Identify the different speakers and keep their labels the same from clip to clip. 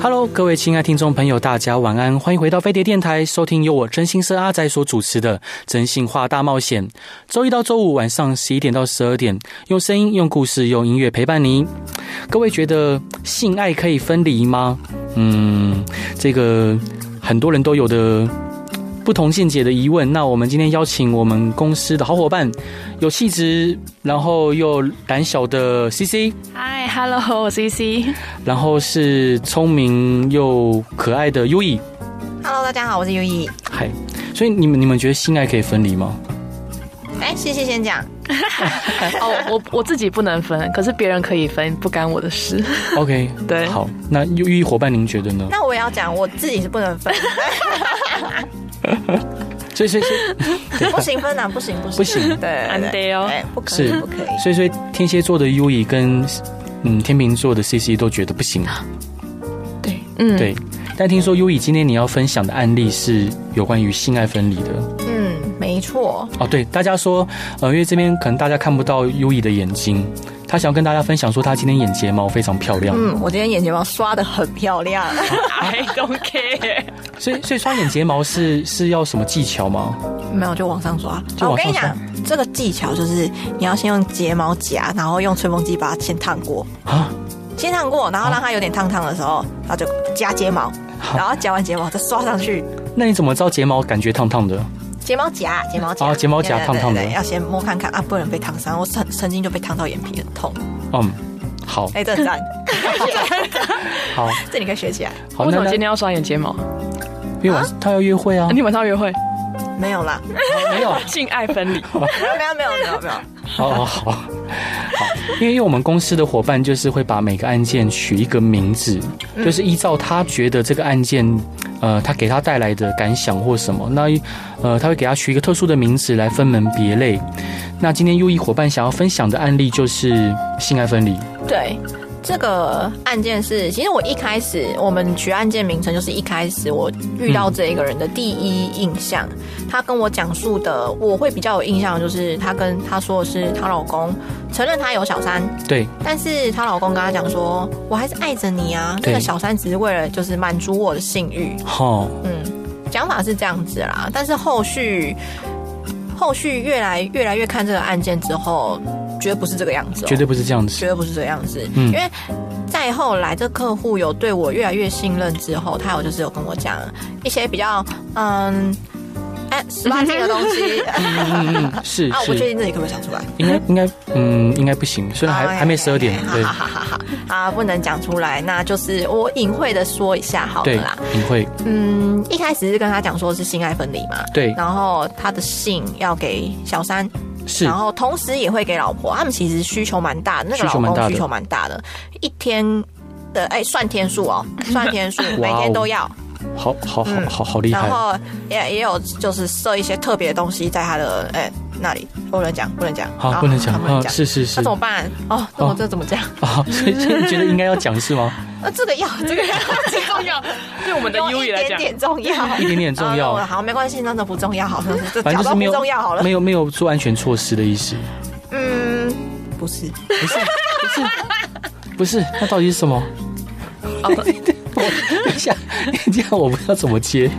Speaker 1: Hello，各位亲爱听众朋友，大家晚安，欢迎回到飞碟电台，收听由我真心社阿仔所主持的《真心话大冒险》。周一到周五晚上十一点到十二点，用声音、用故事、用音乐陪伴您。各位觉得性爱可以分离吗？嗯，这个很多人都有的不同见解的疑问。那我们今天邀请我们公司的好伙伴，有气质，然后又胆小的 CC。
Speaker 2: 嗨，Hello，我是 C C。
Speaker 1: 然后是聪明又可爱的优异，
Speaker 3: Hello，大家好，我是优一。
Speaker 1: 嗨，所以你们你们觉得性爱可以分离 吗？
Speaker 3: 哎，谢谢先讲，
Speaker 2: 哦，我我自己不能分，可是别人可以分，不干我的事。
Speaker 1: OK，
Speaker 2: 对
Speaker 1: 好，那优异伙伴您觉得呢？
Speaker 3: 那我也要讲，我自己是不能分，
Speaker 1: 所 以所以所以
Speaker 3: 不行分啊，不行不行
Speaker 1: 不行
Speaker 3: 对对对
Speaker 2: 安迪哦
Speaker 3: 对不可以
Speaker 1: 是
Speaker 3: 不可以，
Speaker 1: 所以所以天蝎座的优异跟嗯天秤座的 CC 都觉得不行，
Speaker 2: 对，嗯，
Speaker 1: 对。但听说优异今天你要分享的案例是有关于性爱分离的
Speaker 3: 嗯，没错，
Speaker 1: 哦，对，大家说，呃，因为这边可能大家看不到优异的眼睛，他想要跟大家分享说他今天眼睫毛非常漂亮，
Speaker 3: 嗯，我今天眼睫毛刷的很漂亮，
Speaker 2: ，I don't care。
Speaker 1: 所以所以刷眼睫毛是是要什么技巧吗？
Speaker 3: 没有就往上刷。
Speaker 1: 就
Speaker 3: 我
Speaker 1: 往上
Speaker 3: 跟你
Speaker 1: 刷
Speaker 3: 讲，这个技巧就是你要先用睫毛夹，然后用吹风机把它先烫过，
Speaker 1: 啊，
Speaker 3: 先烫过，然后让它有点烫烫的时候，然后就夹睫毛，然后夹完睫毛再刷上去，
Speaker 1: 那你怎么知道睫毛感觉烫烫的？
Speaker 3: 睫毛夹，睫毛夹，
Speaker 1: 哦睫毛夹
Speaker 3: 对对对
Speaker 1: 烫烫的
Speaker 3: 对要先摸看看啊，不能被烫伤。我曾曾经就被烫到眼皮很痛，
Speaker 1: 嗯，好，
Speaker 3: 哎，这很赞，
Speaker 1: 好，
Speaker 3: 这你可以学起来。
Speaker 1: 好，
Speaker 2: 为什
Speaker 1: 那
Speaker 2: 么
Speaker 1: 那
Speaker 2: 今天要刷眼睫毛？啊
Speaker 1: 因为晚上他要约会 啊
Speaker 2: 啊，你晚上约会，
Speaker 3: 没有啦，
Speaker 1: 没有，
Speaker 2: 性爱分 离。
Speaker 3: 没有没有没有没有没有，
Speaker 1: 好好好，好，因为因为我们公司的伙伴就是会把每个案件取一个名字，
Speaker 2: 嗯
Speaker 1: 就是依照他觉得这个案件，呃，他给他带来的感想或什么，那呃，他会给他取一个特殊的名字来分门别类。那今天优异伙伴想要分享的案例就是性爱分离，
Speaker 3: 对。这个案件是，其实我一开始我们取案件名称就是一开始我遇到这一个人的第一印象，他跟我讲述的，我会比较有印象，就是她跟她说的是她老公承认她有小三，
Speaker 1: 对
Speaker 3: 但是她老公跟她讲说，我还是爱着你啊，
Speaker 1: 对
Speaker 3: 那个小三只是为了就是满足我的性欲，
Speaker 1: 好，
Speaker 3: 嗯，讲法是这样子啦，但是后续后续越来越来越看这个案件之后，绝对不是这个样子、哦，
Speaker 1: 绝对不是这样子
Speaker 3: 绝。对不是这个样子，
Speaker 1: 嗯
Speaker 3: 因为再后来这客户有对我越来越信任之后，他有就是有跟我讲一些比较嗯。哎，十八禁的东西啊，
Speaker 1: 嗯，嗯是
Speaker 3: 我不确
Speaker 1: 是，
Speaker 3: 定这里可不可以讲出来。
Speaker 1: 应该应该，嗯，应该不行，虽然还还没十二点，对
Speaker 3: 哈哈哈哈啊，不能讲出来，那就是我隐晦的说一下好了
Speaker 1: 对
Speaker 3: 啦。，
Speaker 1: 你会
Speaker 3: 嗯，一开始是跟他讲说是性爱分离嘛，
Speaker 1: 对
Speaker 3: 然后他的信要给小三，
Speaker 1: 是
Speaker 3: 然后同时也会给老婆，他们其实需求蛮大的，那个
Speaker 1: 需
Speaker 3: 老
Speaker 1: 求蛮大的
Speaker 3: 公需求蛮大的，一天的哎算天 数哦，算天数，每
Speaker 1: 哇哦
Speaker 3: 天都要，
Speaker 1: 好好好
Speaker 3: 嗯
Speaker 1: 好好厉害
Speaker 3: 然，后也也有就是设一些特别的东西在他的哎那里，不能讲，不能讲，
Speaker 1: 好
Speaker 3: 啊
Speaker 1: 不能讲
Speaker 3: 不能
Speaker 1: 啊，
Speaker 3: 讲，
Speaker 1: 是是是
Speaker 3: 那怎么办？哦，那我
Speaker 1: 哦
Speaker 3: 这怎么讲？
Speaker 1: 啊， 所以所以你觉得应该要讲是吗？
Speaker 3: 那这个要 这个要。
Speaker 2: 这 重要，哎对我们的
Speaker 3: 有
Speaker 2: 优
Speaker 3: 一
Speaker 2: 也来
Speaker 3: 点
Speaker 2: 讲，
Speaker 3: 点重要，
Speaker 1: 一点点重要
Speaker 3: 啊好，没关系，那那不重要，好， 那这
Speaker 1: 反正就
Speaker 3: 假
Speaker 1: 是
Speaker 3: 装
Speaker 1: 没有
Speaker 3: 不重要好了
Speaker 1: 没。有没有做安全措施的意思，
Speaker 3: 嗯，不是，
Speaker 1: 不是不是不是，那到底是什么？
Speaker 3: 哦
Speaker 1: 我等一下，你这样我不知道怎么接。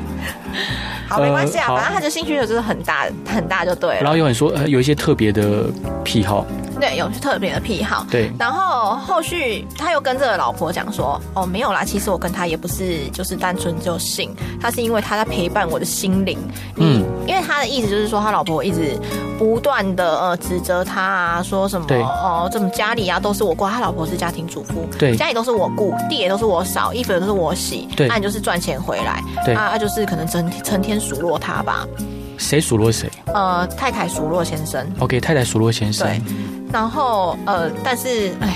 Speaker 3: 好，没关系啊，
Speaker 1: 呃好
Speaker 3: 反正他的兴趣就是很大很大就对
Speaker 1: 然
Speaker 3: 了。
Speaker 1: 后有人说，呃，有一些特别的癖好，
Speaker 3: 对，有特别的癖好。
Speaker 1: 对
Speaker 3: 然后后续他又跟这个老婆讲说，哦，没有啦，其实我跟他也不是就是单纯只有性，他是因为他在陪伴我的心灵。
Speaker 1: 嗯
Speaker 3: 嗯，因为他的意思就是说，他老婆一直不断的呃指责他啊，说什么
Speaker 1: 对
Speaker 3: 哦，怎么家里啊都是我顾，他老婆是家庭主妇，
Speaker 1: 对
Speaker 3: 家里都是我顾，地也都是我扫，衣服也都是我洗，
Speaker 1: 对
Speaker 3: 那、你就是赚钱回来，
Speaker 1: 对
Speaker 3: 啊，啊就是可能成成天数落他吧，
Speaker 1: 谁数落谁
Speaker 3: 呃，太太数落先生。
Speaker 1: ？OK，太太数落先生
Speaker 3: 对，然后呃，但是哎，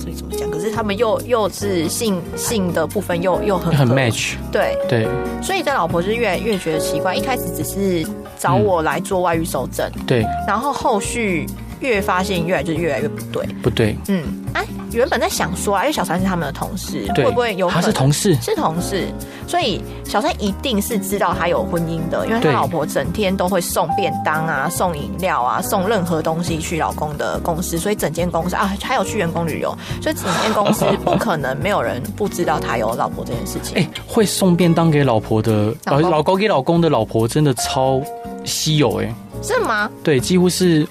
Speaker 3: 所以怎么讲？可是他们又又是性性的部分又又很
Speaker 1: 很
Speaker 3: 合
Speaker 1: match，
Speaker 3: 对，
Speaker 1: 对
Speaker 3: 所以这老婆就越来越觉得奇怪，一开始只是找我来做外遇手证，
Speaker 1: 对，
Speaker 3: 然后后续越发现越来就越来越不对。
Speaker 1: 不对，
Speaker 3: 嗯，哎、原本在想说啊，因为小三是他们的同事，
Speaker 1: 对，
Speaker 3: 会不会有可
Speaker 1: 他
Speaker 3: 能
Speaker 1: 是同事？
Speaker 3: 是同事？所以小三一定是知道他有婚姻的，因为他
Speaker 1: 对
Speaker 3: 老婆整天都会送便当啊、送饮料啊、送任何东西去老公的公司，所以整间公司啊，还有去员工旅游，所以整间公司不可能没有人不知道他有老婆这件事情。
Speaker 1: 哎，会送便当给老婆的，呃老
Speaker 3: 老公
Speaker 1: 老公给老公的老婆真的超稀有哎、
Speaker 3: 是吗？
Speaker 1: 对，几乎是，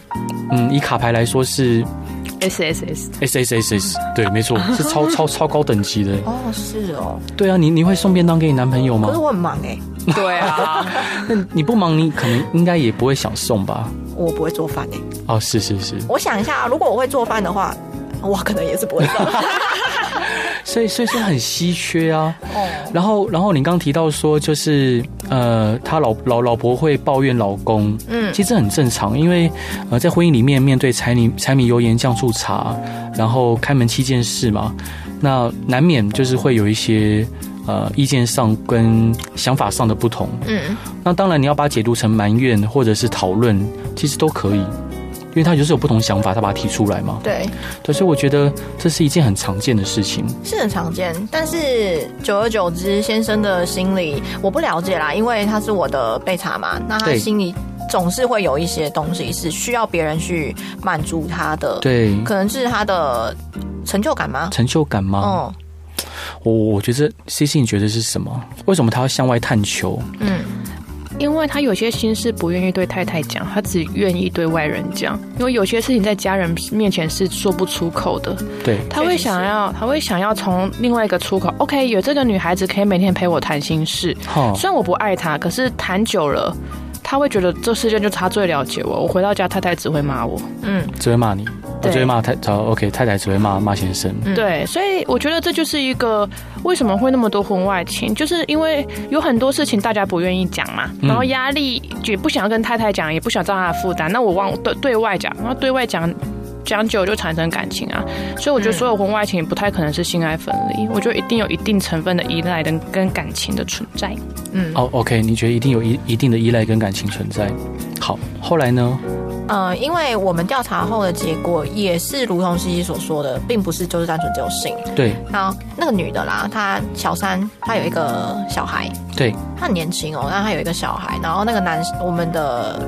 Speaker 1: 嗯，以卡牌来说是
Speaker 2: S S S，
Speaker 1: S S S S，对， 没错，是超超超高等级的。
Speaker 3: 哦，是哦，
Speaker 1: 对啊，你你会送便当给你男朋友
Speaker 3: 可是
Speaker 1: 吗？
Speaker 3: 我很忙哎、
Speaker 2: 对啊，
Speaker 1: 那你不忙，你可能应该也不会想送吧？
Speaker 3: 我不会做饭哎、
Speaker 1: 哦，是是是，
Speaker 3: 我想一下、啊，如果我会做饭的话，我可能也是不 会做。
Speaker 1: 所以所以是很稀缺啊。
Speaker 3: 哦，
Speaker 1: 然后然后你刚提到说，就是呃，他老老老婆会抱怨老公，
Speaker 3: 嗯
Speaker 1: 其实这很正常，因为呃，在婚姻里面面对柴米柴米油盐酱醋茶，然后开门七件事嘛，那难免就是会有一些呃意见上跟想法上的不同。
Speaker 3: 嗯，
Speaker 1: 那当然你要把它解读成埋怨或者是讨论，其实都可以。因为他就是有不同想法，他把它提出来嘛，
Speaker 3: 对，
Speaker 1: 对，所以我觉得这是一件很常见的事情。
Speaker 3: 是很常见，但是久而久之，先生的心理我不了解啦，因为他是我的备查嘛，那他
Speaker 1: 对
Speaker 3: 心里总是会有一些东西是需要别人去满足他的，，
Speaker 1: 对，
Speaker 3: 可能是他的成就感吗？
Speaker 1: 成就感吗？
Speaker 3: 哦，
Speaker 1: 我我觉得 C C 你觉得是什么？为什么他要向外探求？
Speaker 3: 嗯，
Speaker 2: 因为他有些心事不愿意对太太讲，他只愿意对外人讲，因为有些事情在家人面前是说不出口的，
Speaker 1: 对
Speaker 2: 他会想要，他会想要从另外一个出口。OK，有这个女孩子可以每天陪我谈心事，
Speaker 1: 哈，
Speaker 2: 虽然我不爱她，可是谈久了，她会觉得这世界就是她最了解我。我回到家，太太只会骂我。
Speaker 3: 嗯，
Speaker 1: 只会骂你，我
Speaker 2: 对
Speaker 1: 只会骂太哦，OK，太太只会骂骂先生。
Speaker 3: 嗯
Speaker 2: 对，所以我觉得这就是一个为什么会那么多婚外情，就是因为有很多事情大家不愿意讲嘛，
Speaker 1: 嗯
Speaker 2: 然后压力也不想要跟太太讲，也不想造成她的负担。那我往对对外讲，然后对外讲。讲久就产生感情啊，所
Speaker 1: 嗯
Speaker 2: 以我觉得所有婚外情不太可能是性爱分离，我觉得一定有一定成分的依赖跟跟感情的存在。
Speaker 1: 哦，OK，你觉得一定有一一定的依赖跟感情存在。好，后来呢？
Speaker 3: 呃，因为我们调查后的结果也是如同西西所说的，并不是就是单纯只有性。
Speaker 1: 对
Speaker 3: 那那个女的啦，她小三，她有一个小孩，
Speaker 1: 对，
Speaker 3: 她很年轻哦，但她有一个小孩。然后那个男，我们的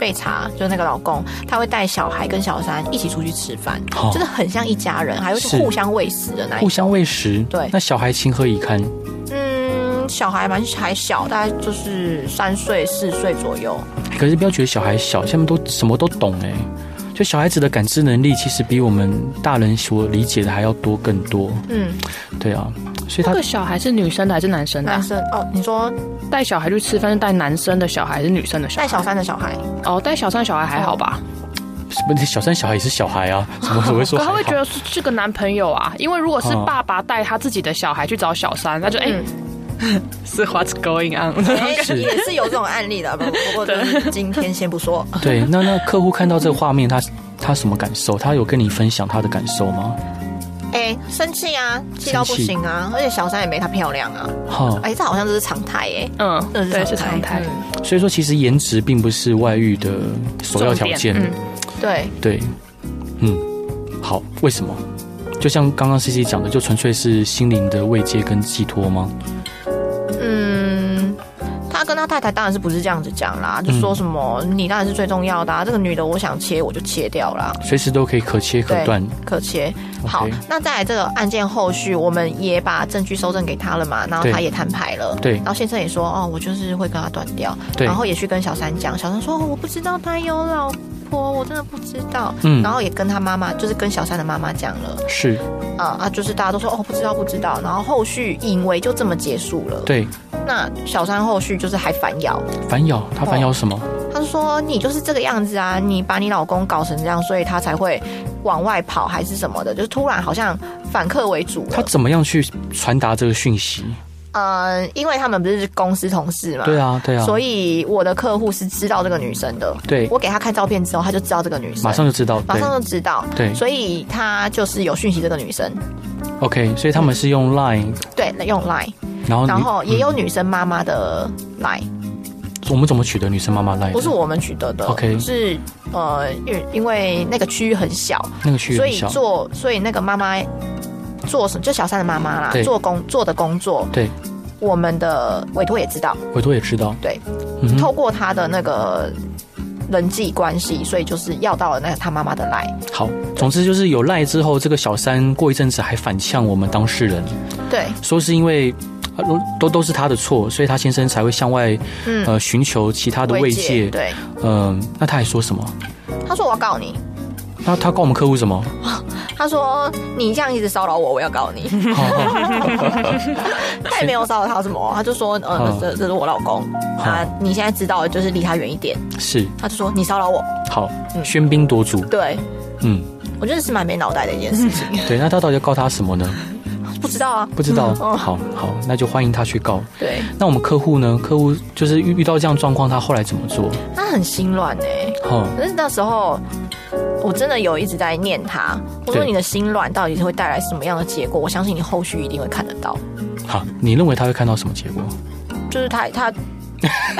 Speaker 3: 被查就是那个老公，他会带小孩跟小三一起出去吃饭，
Speaker 1: 好
Speaker 3: 就是很像一家人，还会
Speaker 1: 是
Speaker 3: 去互相喂食的
Speaker 2: 哎
Speaker 3: 那一
Speaker 1: 互
Speaker 3: 种。
Speaker 1: 相喂食。
Speaker 3: 对
Speaker 1: 那小孩情何以堪？
Speaker 3: 嗯，小孩蛮还小，大概就是三岁四岁左右。
Speaker 1: 可是不要觉得小孩小，他们都什么都懂哎。就小孩子的感知能力，其实比我们大人所理解的还要多更多。
Speaker 3: 嗯，
Speaker 1: 对啊，所以
Speaker 2: 那
Speaker 1: 他
Speaker 2: 个小孩是女生的还是男生的啊、
Speaker 3: 男生哦，你说
Speaker 2: 带小孩去吃饭是带男生的小孩还是女生的小
Speaker 3: 带
Speaker 2: 孩？
Speaker 3: 小三的小孩，
Speaker 2: 哦，带小三小孩还好吧？
Speaker 1: 不是小三小孩也是小孩 啊，怎么怎么会说
Speaker 2: 可
Speaker 1: 还好？
Speaker 2: 他会觉得是是个男朋友啊，因为如果是
Speaker 1: 哦
Speaker 2: 爸爸带他自己的小孩去找小三，那就哎、
Speaker 3: 嗯
Speaker 2: 是 What's going on？
Speaker 3: 哎
Speaker 1: 是
Speaker 3: 也是有这种案例的，不不过就是今天先不说。
Speaker 1: 对，那那客户看到这个画面，他他什么感受？他有跟你分享他的感受吗？
Speaker 3: 哎、生气啊，气到不行啊，而且小三也没她漂亮啊。
Speaker 1: 哈、
Speaker 3: 哎、这好像就是常态哎、
Speaker 2: 嗯，
Speaker 3: 这
Speaker 2: 对，是常态。
Speaker 3: 嗯
Speaker 1: 所以说其实颜值并不是外遇的首要条件。
Speaker 2: 重点
Speaker 3: 嗯对，
Speaker 1: 对，嗯，好，为什么？就像刚刚 C C 讲的，就纯粹是心灵的慰藉跟寄托吗？
Speaker 3: 嗯，他跟他太太当然是不是这样子讲
Speaker 1: 嗯
Speaker 3: 啦，就说什么、你当然是最重要的啊，这个女的我想切我就切掉啦。
Speaker 1: 随时都可以可切可断。
Speaker 3: 可切好
Speaker 1: OK
Speaker 3: 那在这个案件后续，我们也把证据收证给他了嘛，然后
Speaker 1: 对
Speaker 3: 他也摊牌了，
Speaker 1: 对
Speaker 3: 然后先生也说哦，我就是会跟他断掉，
Speaker 1: 对
Speaker 3: 然后也去跟小三讲，小三说、哦我不知道他有老婆，我真的不知道，
Speaker 1: 嗯
Speaker 3: 然后也跟他妈妈，就是跟小三的妈妈讲了，
Speaker 1: 是，
Speaker 3: 啊啊，就是大家都说哦不知道不知道，然后后续引为就这么结束了，
Speaker 1: 对，
Speaker 3: 那小三后续就是还反咬，
Speaker 1: 反咬他反咬什么？
Speaker 3: 他说你就是这个样子啊，你把你老公搞成这样，所以他才会往外跑还是什么的，就是突然好像反客为主
Speaker 1: 他
Speaker 3: 了。
Speaker 1: 怎么样去传达这个讯息？
Speaker 3: 嗯，因为他们不是公司同事嘛，
Speaker 1: 对啊，对啊，
Speaker 3: 所
Speaker 1: 以
Speaker 3: 以我的客户是知道这个女生的。
Speaker 1: 对
Speaker 3: 我给他看照片之后，他就知道这个女生，
Speaker 1: 马上就知道，
Speaker 3: 马
Speaker 1: 对
Speaker 3: 上就知道。
Speaker 1: 对
Speaker 3: 所以他就是有讯息这个女生，
Speaker 1: ，OK，所以他们是用 Line，
Speaker 3: 对，用 Line，
Speaker 1: 然哦后你嗯
Speaker 3: 然后也有女生妈妈的 Line，、
Speaker 1: 我们怎么取得女生妈妈 Line？的
Speaker 3: 不是我们取得的
Speaker 1: OK
Speaker 3: 是呃，因为因为那个区域很小，
Speaker 1: 那个区域
Speaker 3: 所
Speaker 1: 很
Speaker 3: 以
Speaker 1: 小，
Speaker 3: 做，所以那个妈妈做什么，就小三的妈妈啦
Speaker 1: 对，
Speaker 3: 做工做的工作，
Speaker 1: 对，
Speaker 3: 我们的委托也知道，
Speaker 1: 维多也知道，
Speaker 3: 对，
Speaker 1: 嗯哼，
Speaker 3: 透过她的那个人际关系，所以就是要到了那个她妈妈的来，
Speaker 1: 好，总之就是有 Line 之后，这个小三过一阵子还反呛我们当事人，
Speaker 3: 对，
Speaker 1: 说是因为。呃都都是他的错，所以他先生才会向外
Speaker 3: 嗯，
Speaker 1: 呃寻求其他的慰藉。
Speaker 3: 对，
Speaker 1: 嗯、那他还说什么？
Speaker 3: 她说我要告你，
Speaker 1: 那他告我们客户什 么？
Speaker 3: 她说你这样一直骚扰我，我要告 你，她也没有骚扰他什么，她就说，
Speaker 1: 嗯
Speaker 3: 呃，这这是我老公，啊，你现在知道了就是离他远一点，
Speaker 1: 是
Speaker 3: 她就说你骚扰我，
Speaker 1: 好，
Speaker 3: 嗯
Speaker 1: 喧宾夺主。
Speaker 3: 对
Speaker 1: 嗯，
Speaker 3: 我觉得是蛮没脑袋的一件事 情，
Speaker 1: 对，那他到底要告他什么呢？
Speaker 3: 不知道啊，
Speaker 1: 不知 道。
Speaker 3: 嗯
Speaker 1: 好好，那就欢迎他去告。
Speaker 3: 对。
Speaker 1: 那我们客户呢？客户就是遇遇到这样状况，他后来怎么做？
Speaker 3: 他很心乱哎、
Speaker 1: 哦，
Speaker 3: 可是那时候我真的有一直在念他，我说
Speaker 1: 对
Speaker 3: 你的心乱到底是会带来什么样的结果？我相信你后续一定会看得到，
Speaker 1: 好，你认为他会看到什么结果？
Speaker 3: 就是他 他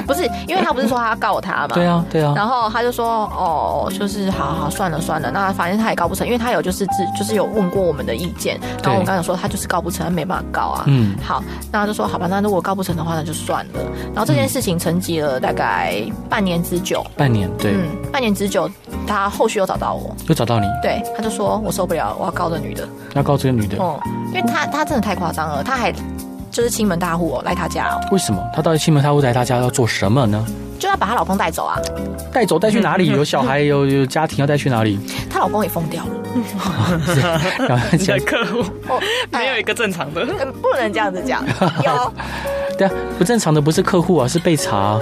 Speaker 3: 不是因为他不是说他告他嘛？
Speaker 1: 对。啊，对啊，
Speaker 3: 然后他就说：“哦，就是好好算了算了，那反正他也告不成，因为他有就是自就是有问过我们的意见，然后我
Speaker 1: 对
Speaker 3: 刚刚有说他就是告不成，他没办法告啊。
Speaker 1: 嗯，
Speaker 3: 好，那他就说好吧，那如果告不成的话，那就算了。然后这
Speaker 1: 嗯
Speaker 3: 件事情沉寂了大概半年之久，
Speaker 1: 半年，对，
Speaker 3: 嗯，半年之久，他后续又找到我，
Speaker 1: 又找到你，
Speaker 3: 对，他就说我受不了，我要告这女的，
Speaker 1: 要告这个女的，
Speaker 3: 嗯，因为他他真的太夸张了，他还就是亲门大户哦，来他家哦，
Speaker 1: 为什么？他到底亲门踏户来他家要做什么呢？
Speaker 3: 就要把她老公带走啊，
Speaker 1: 带走带去哪里？
Speaker 2: 嗯
Speaker 1: 有小孩，有有家庭要带去哪 里？
Speaker 3: 她老公也疯掉了，
Speaker 1: 然后
Speaker 2: 你
Speaker 1: 这
Speaker 2: 的
Speaker 1: 样，
Speaker 2: 客户
Speaker 3: 哦，
Speaker 2: 没有一个正 常的。
Speaker 3: 哎、嗯不能这样子讲，有，
Speaker 1: 对啊，不正常的不是客户啊，是被查啊。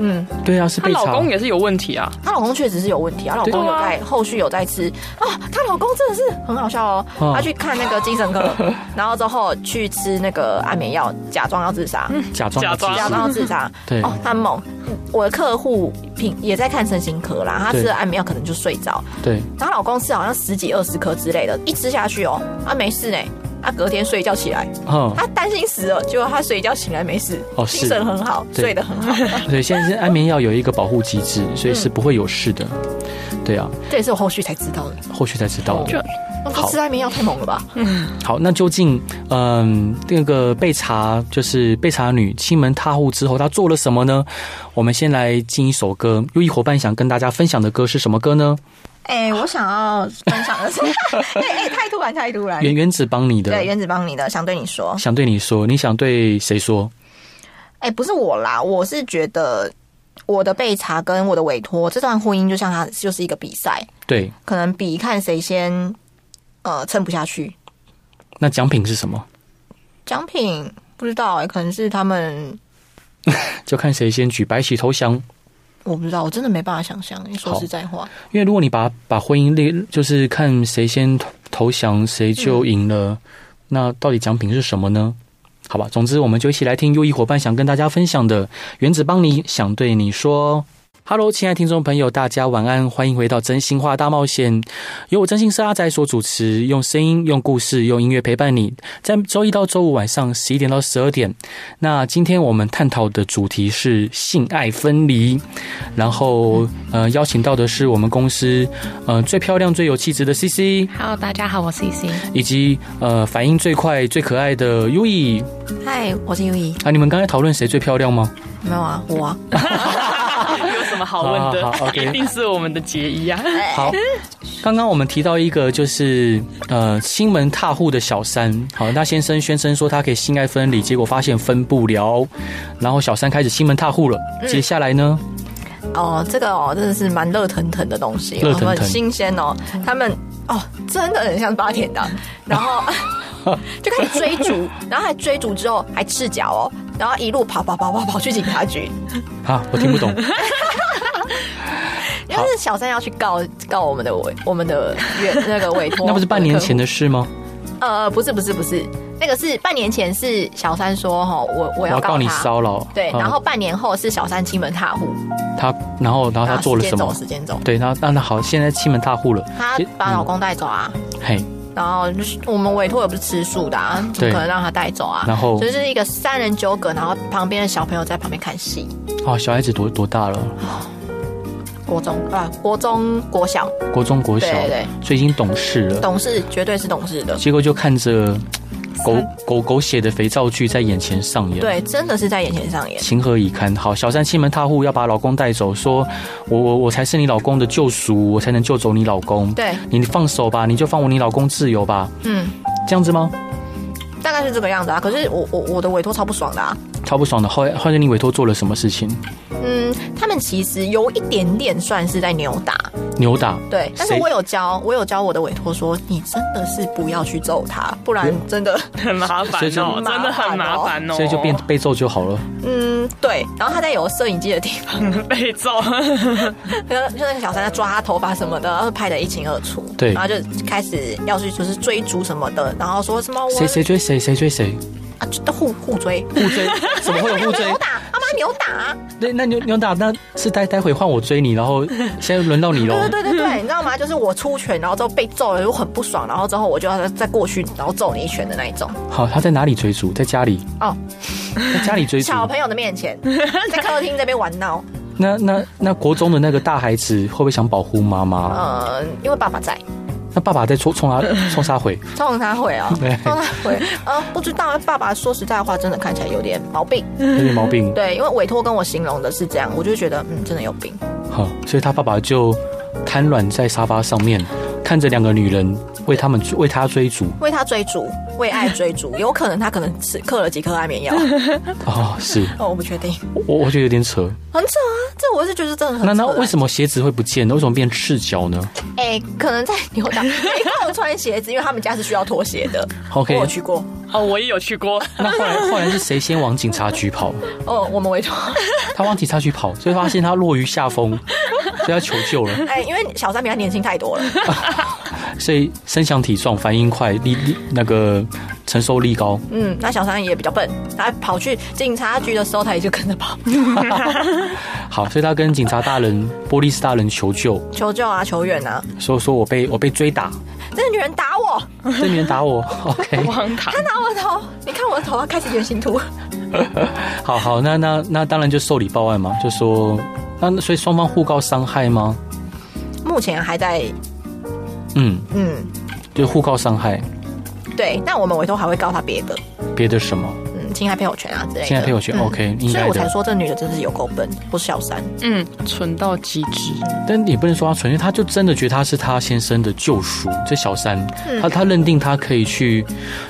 Speaker 3: 嗯，
Speaker 1: 对啊，是
Speaker 2: 她
Speaker 1: 被
Speaker 2: 老
Speaker 1: 查。
Speaker 2: 公也是有问题啊，
Speaker 3: 她老公确实是有问题，啊她老公有在后续有在吃啊，她老公真的是很好笑哦，
Speaker 1: 嗯
Speaker 3: 她去看那个精神科，然后之后去吃那个安眠药，假装要自杀，
Speaker 1: 假装
Speaker 2: 假装
Speaker 1: 自
Speaker 3: 假
Speaker 1: 己
Speaker 3: 装要自杀，
Speaker 1: 对
Speaker 3: 哦，他很猛，我的客户平也在看身心科啦，他吃
Speaker 1: 对
Speaker 3: 了安眠药可能就睡着，
Speaker 1: 对，
Speaker 3: 然后老公吃好像十几二十颗之类的，一吃下去哦，啊没事呢，啊隔天睡一觉起来，
Speaker 1: 嗯，
Speaker 3: 他担心死了，结果他睡一觉醒来没事，
Speaker 1: 哦是
Speaker 3: 精神很好，
Speaker 1: 对
Speaker 3: 睡得很好，
Speaker 1: 对，现在是安眠药有一个保护机制，所以是不会有事的。对啊，
Speaker 3: 这也是我后续才知道的。
Speaker 1: 后续才知道的。
Speaker 2: 就
Speaker 3: 我说哦吃安眠药太猛了吧？
Speaker 1: 好，那究竟，嗯，那个被查就是被查女亲门踏户之后，她做了什么呢？我们先来进一首歌，优异伙伴想跟大家分享的歌是什么歌呢？
Speaker 3: 哎、我想要分 享的是，对，哎、太突然，太突然。
Speaker 1: 原原子帮你的，
Speaker 3: 对，原子帮你的，想对你说，
Speaker 1: 想对你说，你想对谁说？
Speaker 3: 哎、不是我啦，我是觉得我的被查跟我的委托这段婚姻，就像它就是一个比赛，
Speaker 1: 对，
Speaker 3: 可能比看谁先呃撑不下去。
Speaker 1: 那奖品是什么？
Speaker 3: 奖品不知道哎、可能是他们，
Speaker 1: 就看谁先举白旗投降。
Speaker 3: 我不知道，我真的没办法想象。欸说实在话，
Speaker 1: 因为如果你把把婚姻列，就是看谁先投投降，谁就赢了，那到底奖品是什么呢？好吧，总之我们就一起来听优异伙伴想跟大家分享的原子帮你想对你说。Hello，亲爱的听众朋友，大家晚安，欢迎回到真心话大冒险，由我真心是阿仔所主持，用声音、用故事、用音乐陪伴你，在周一到周五晚上十一点到十二点。那今天我们探讨的主题是性爱分离。然后呃，邀请到的是我们公司呃最漂亮、最有气质的 CC，
Speaker 2: Hello，大家好，我是 C C。
Speaker 1: 以及呃反应最快、最可爱的 U E。
Speaker 3: 嗨、我是优怡，
Speaker 1: 啊，你们刚才讨论谁最漂亮吗？
Speaker 3: 没有啊，我啊，
Speaker 2: 有什么好问的？
Speaker 1: 好好好，OK
Speaker 2: 一定是我们的杰一啊！
Speaker 1: 好，刚刚我们提到一个就是呃新门踏户的小三，好，那先生宣称说他可以性爱分离，结果发现分不了，然后小三开始新门踏户了。
Speaker 3: 嗯
Speaker 1: 接下来呢，
Speaker 3: 哦，这个哦，真的是蛮热腾腾的东西，
Speaker 1: 热腾嗯腾
Speaker 3: 很新鲜哦。他们哦，真的很像八点档，然后就开始追逐，然后还追逐之后还赤脚哦，然后一路跑跑跑跑跑去警察局，
Speaker 1: 啊，我听不懂，
Speaker 3: 因为是小三要去告告我们 的委我们的原那个委 托，
Speaker 1: 那不是半年前
Speaker 3: 的
Speaker 1: 的事吗？
Speaker 3: 呃客户？呃，不是不是不是，那个是半年前是小三说哈，我我
Speaker 1: 我
Speaker 3: 要
Speaker 1: 要
Speaker 3: 告
Speaker 1: 告你
Speaker 3: 他，
Speaker 1: 骚扰，
Speaker 3: 对，
Speaker 1: 嗯
Speaker 3: 然后半年后是小三欺门踏户，
Speaker 1: 他，然后啊然后他做了什么
Speaker 3: 时间走，？时间走，
Speaker 1: 对，然后那那好，现在欺门踏户了，
Speaker 3: 她
Speaker 1: 其实
Speaker 3: 把
Speaker 1: 嗯
Speaker 3: 老公带走啊，
Speaker 1: 嘿，
Speaker 3: 然后就是我们委托也不是吃素的啊，怎
Speaker 1: 对
Speaker 3: 么可能让他带走啊？
Speaker 1: 然后
Speaker 3: 就是一个三人纠葛，然后旁边的小朋友在旁边看戏，
Speaker 1: 哦，小孩子多多大了？
Speaker 3: 嗯国中啊，国中国小，
Speaker 1: 国中、国小，
Speaker 3: 对对
Speaker 1: 所以已经懂事了。
Speaker 3: 懂事绝对是懂事的，
Speaker 1: 结果就看着狗狗狗血的肥皂剧在眼前上演。。
Speaker 3: 对，真的是在眼前上演。
Speaker 1: 情何以堪？好，小三欺门踏户要把老公带走，说我我我才是你老公的救赎，我才能救走你老公。
Speaker 3: 对，
Speaker 1: 你放手吧，你就放我你老公自由吧，
Speaker 3: 嗯，
Speaker 1: 这样子吗？
Speaker 3: 大概是这个样子啊。可是我我我的委托超不爽的啊。
Speaker 1: 超不爽的。后来后来你委托做了什么事情？
Speaker 3: 嗯，他们其实有一点点算是在扭打，
Speaker 1: 扭打。
Speaker 3: 对。但是
Speaker 1: 谁
Speaker 3: 我有教，我有教我的委托说，你真的是不要去揍他，不然真的，
Speaker 2: 很麻烦
Speaker 1: 所以
Speaker 2: 哦
Speaker 1: 就，
Speaker 2: 真的很麻烦哦，
Speaker 1: 所以就变被揍就好了。
Speaker 3: 嗯，对。然后他在有摄影机的地方，
Speaker 2: 被揍。
Speaker 3: 就那个小三在抓他头发什么的，然后拍得一清二楚。
Speaker 1: 对
Speaker 3: 然后就开始要去就是追逐什么的，然后说什么我
Speaker 1: 谁谁追谁，谁追谁，
Speaker 3: 啊，就都互互追，
Speaker 1: 互追，怎么会有互追
Speaker 3: 扭？打， 他妈扭打啊！
Speaker 1: 那那扭扭打，那是待待会换我追你，然 后现在轮到你喽。
Speaker 3: 对对对对对，你知道吗？就是我出拳，然后之后被揍了，就很不爽，然后之后我就要再过去，然后揍你一拳的那一种。
Speaker 1: 好，他在哪里追逐？在家里，
Speaker 3: 哦，
Speaker 1: 在家里追逐。
Speaker 3: 小朋友的 面前，在客厅这边玩闹，
Speaker 1: 那那那国中的那个大孩子会不会想保护妈妈？
Speaker 3: 呃，因为爸爸在，
Speaker 1: 那爸爸在冲冲他冲他 回，
Speaker 3: 冲他会啊、
Speaker 1: 对
Speaker 3: 冲他会，呃，不知道爸爸说实在话，真的看起来有点毛病。
Speaker 1: 有点毛病。
Speaker 3: 对，因为委托跟我形容的是这样，我就觉得嗯，真的有病。
Speaker 1: 好，所以他爸爸就瘫软在沙发上面，看着两个女人为他们为他追逐。
Speaker 3: 为他追逐，为爱追 逐，有可能他可能吃嗑了几颗安眠药，
Speaker 1: 哦， 是
Speaker 3: 哦，我不确定，
Speaker 1: 我我觉得有点扯。
Speaker 3: 很扯啊，这我是觉得真的很扯、
Speaker 1: 那
Speaker 3: 啊。
Speaker 1: 那为什么鞋子会不见呢？为什么变赤脚呢
Speaker 3: 哎、可能在哎扭 打，没空穿鞋子，因为他们家是需要拖鞋的。
Speaker 1: ？OK，
Speaker 3: 我有去过，
Speaker 2: 哦，我也有 去过，
Speaker 1: 那后来后来是谁先往警察局跑？
Speaker 3: 哦，我们委 托，
Speaker 1: 他往警察局跑，所以发现他落于下风，所以他求救了。
Speaker 3: 哎、因为小三比他年轻 太多了，
Speaker 1: 所以身强体壮，反应快，力力那个承受力高。
Speaker 3: 嗯，那小三也比较笨，他跑去警察局的时候，他也就跟 着跑，
Speaker 1: 好，所以他跟警察大人、波利斯大人求救，
Speaker 3: 求救啊，求援啊，
Speaker 1: 说说我被我被追打，
Speaker 3: 这个女人打我，
Speaker 1: 这女人打我。OK，
Speaker 2: 荒唐。
Speaker 3: 她打我的头，你看我的头，她开始原形图，
Speaker 1: 好好，那那那当然就受理报案嘛，就说那所以双方互告伤害吗？
Speaker 3: 目前还在，
Speaker 1: 嗯，
Speaker 3: 嗯，
Speaker 1: 就互告伤害，
Speaker 3: 对，那我们委托还会告他别的，
Speaker 1: 别的什么
Speaker 3: 嗯，侵害配偶权啊之类的，
Speaker 1: 侵害配偶权
Speaker 3: 嗯
Speaker 1: OK，应
Speaker 3: 所
Speaker 1: 该的
Speaker 3: 以我才说这女的真是有够笨，不是小三，
Speaker 2: 嗯，蠢到极致。
Speaker 1: 但也不能说他蠢，因为他就真的觉得他是他先生的救赎。这小三，他他认定他可以去，因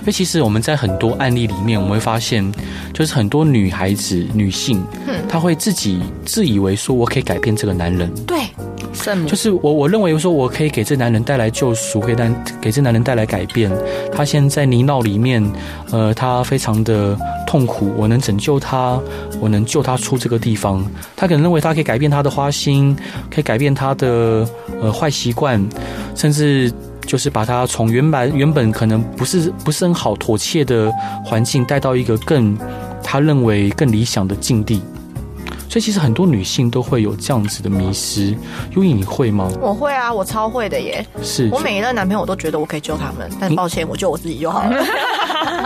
Speaker 1: 为其实我们在很多案例里面，我们会发现，就是很多女孩子、女性，她会自己自以为说我可以改变这个男人，
Speaker 3: 对，
Speaker 2: 圣母
Speaker 1: 就是我我认为说我可以给这男人带来救赎，可以带给这男人带来改变。他现在泥淖里面，呃，他非常的痛苦，我能拯救他，我能救他出这个地方。他可能认为他可以改变他的花心，可以改变他的呃坏习惯，甚至。就是把他从原本原本可能不是不是很好妥切的环境带到一个更他认为更理想的境地，所以其实很多女性都会有这样子的迷失。优颖，你会吗？
Speaker 3: 我会啊，我超会的耶！
Speaker 1: 是
Speaker 3: 我每一任男朋友我都觉得我可以救他们，但抱歉，我救我自己就好 了。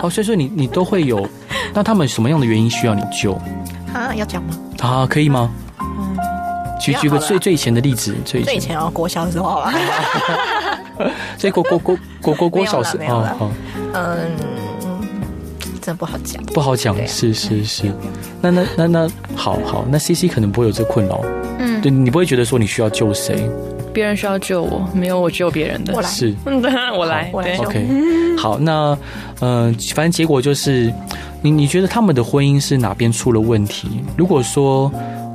Speaker 1: 哦，所以说你你都会有。那他们什么样的原因需要你救
Speaker 3: 啊，要讲吗？
Speaker 1: 啊？可以吗？举
Speaker 3: 嗯不要
Speaker 1: 举个
Speaker 3: 好了
Speaker 1: 最
Speaker 3: 啦
Speaker 1: 最以前的例子，最以
Speaker 3: 最以
Speaker 1: 前，
Speaker 3: 前啊，国小的时候好吧。
Speaker 1: 所以国国国国 国国
Speaker 3: 没有
Speaker 1: 小
Speaker 3: 啦
Speaker 1: 时
Speaker 3: 没有啦
Speaker 1: 哦，
Speaker 3: 嗯，真不好讲。
Speaker 1: 不好讲
Speaker 3: 对，啊
Speaker 1: 是是是。那那那那，好好，那 C C 可能不会有这困扰，
Speaker 2: 嗯
Speaker 1: 对你不会觉得说你需要救谁，
Speaker 2: 别人需要救我，没有我救别人的
Speaker 3: 我。来
Speaker 1: 是
Speaker 2: 嗯，对，我来，
Speaker 3: 我来
Speaker 2: 对
Speaker 3: 救
Speaker 1: OK，好，那呃，反正结果就是，你你觉得他们的婚姻是哪边出了问题？如果说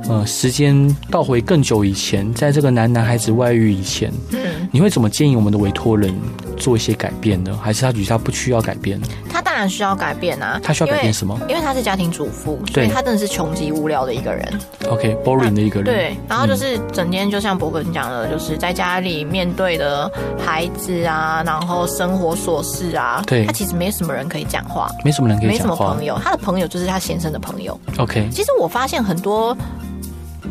Speaker 1: 呃，时间倒回更久以前，在这个男男孩子外遇以前，
Speaker 3: 嗯，
Speaker 1: 你会怎么建议我们的委托人做一些改变呢？还是他觉得他不需要改变？
Speaker 3: 他当然需要改变啊。
Speaker 1: 他需要改变什
Speaker 3: 么？
Speaker 1: 么
Speaker 3: 因为她是家庭主妇，所
Speaker 1: 对
Speaker 3: 以她真的是穷极无聊的一个人。
Speaker 1: ？OK，boring、的一个人。
Speaker 3: 啊对，然后就是整天就像博哥你讲的，就是在家里面对的孩子啊，然后生活琐事啊，
Speaker 1: 对
Speaker 3: 她其实没什么人可以讲话，
Speaker 1: 没什么人可以
Speaker 3: 没什
Speaker 1: 讲
Speaker 3: 么
Speaker 1: 话
Speaker 3: 朋。友，她的朋友就是她先生的朋友。
Speaker 1: OK，
Speaker 3: 其实我发现很多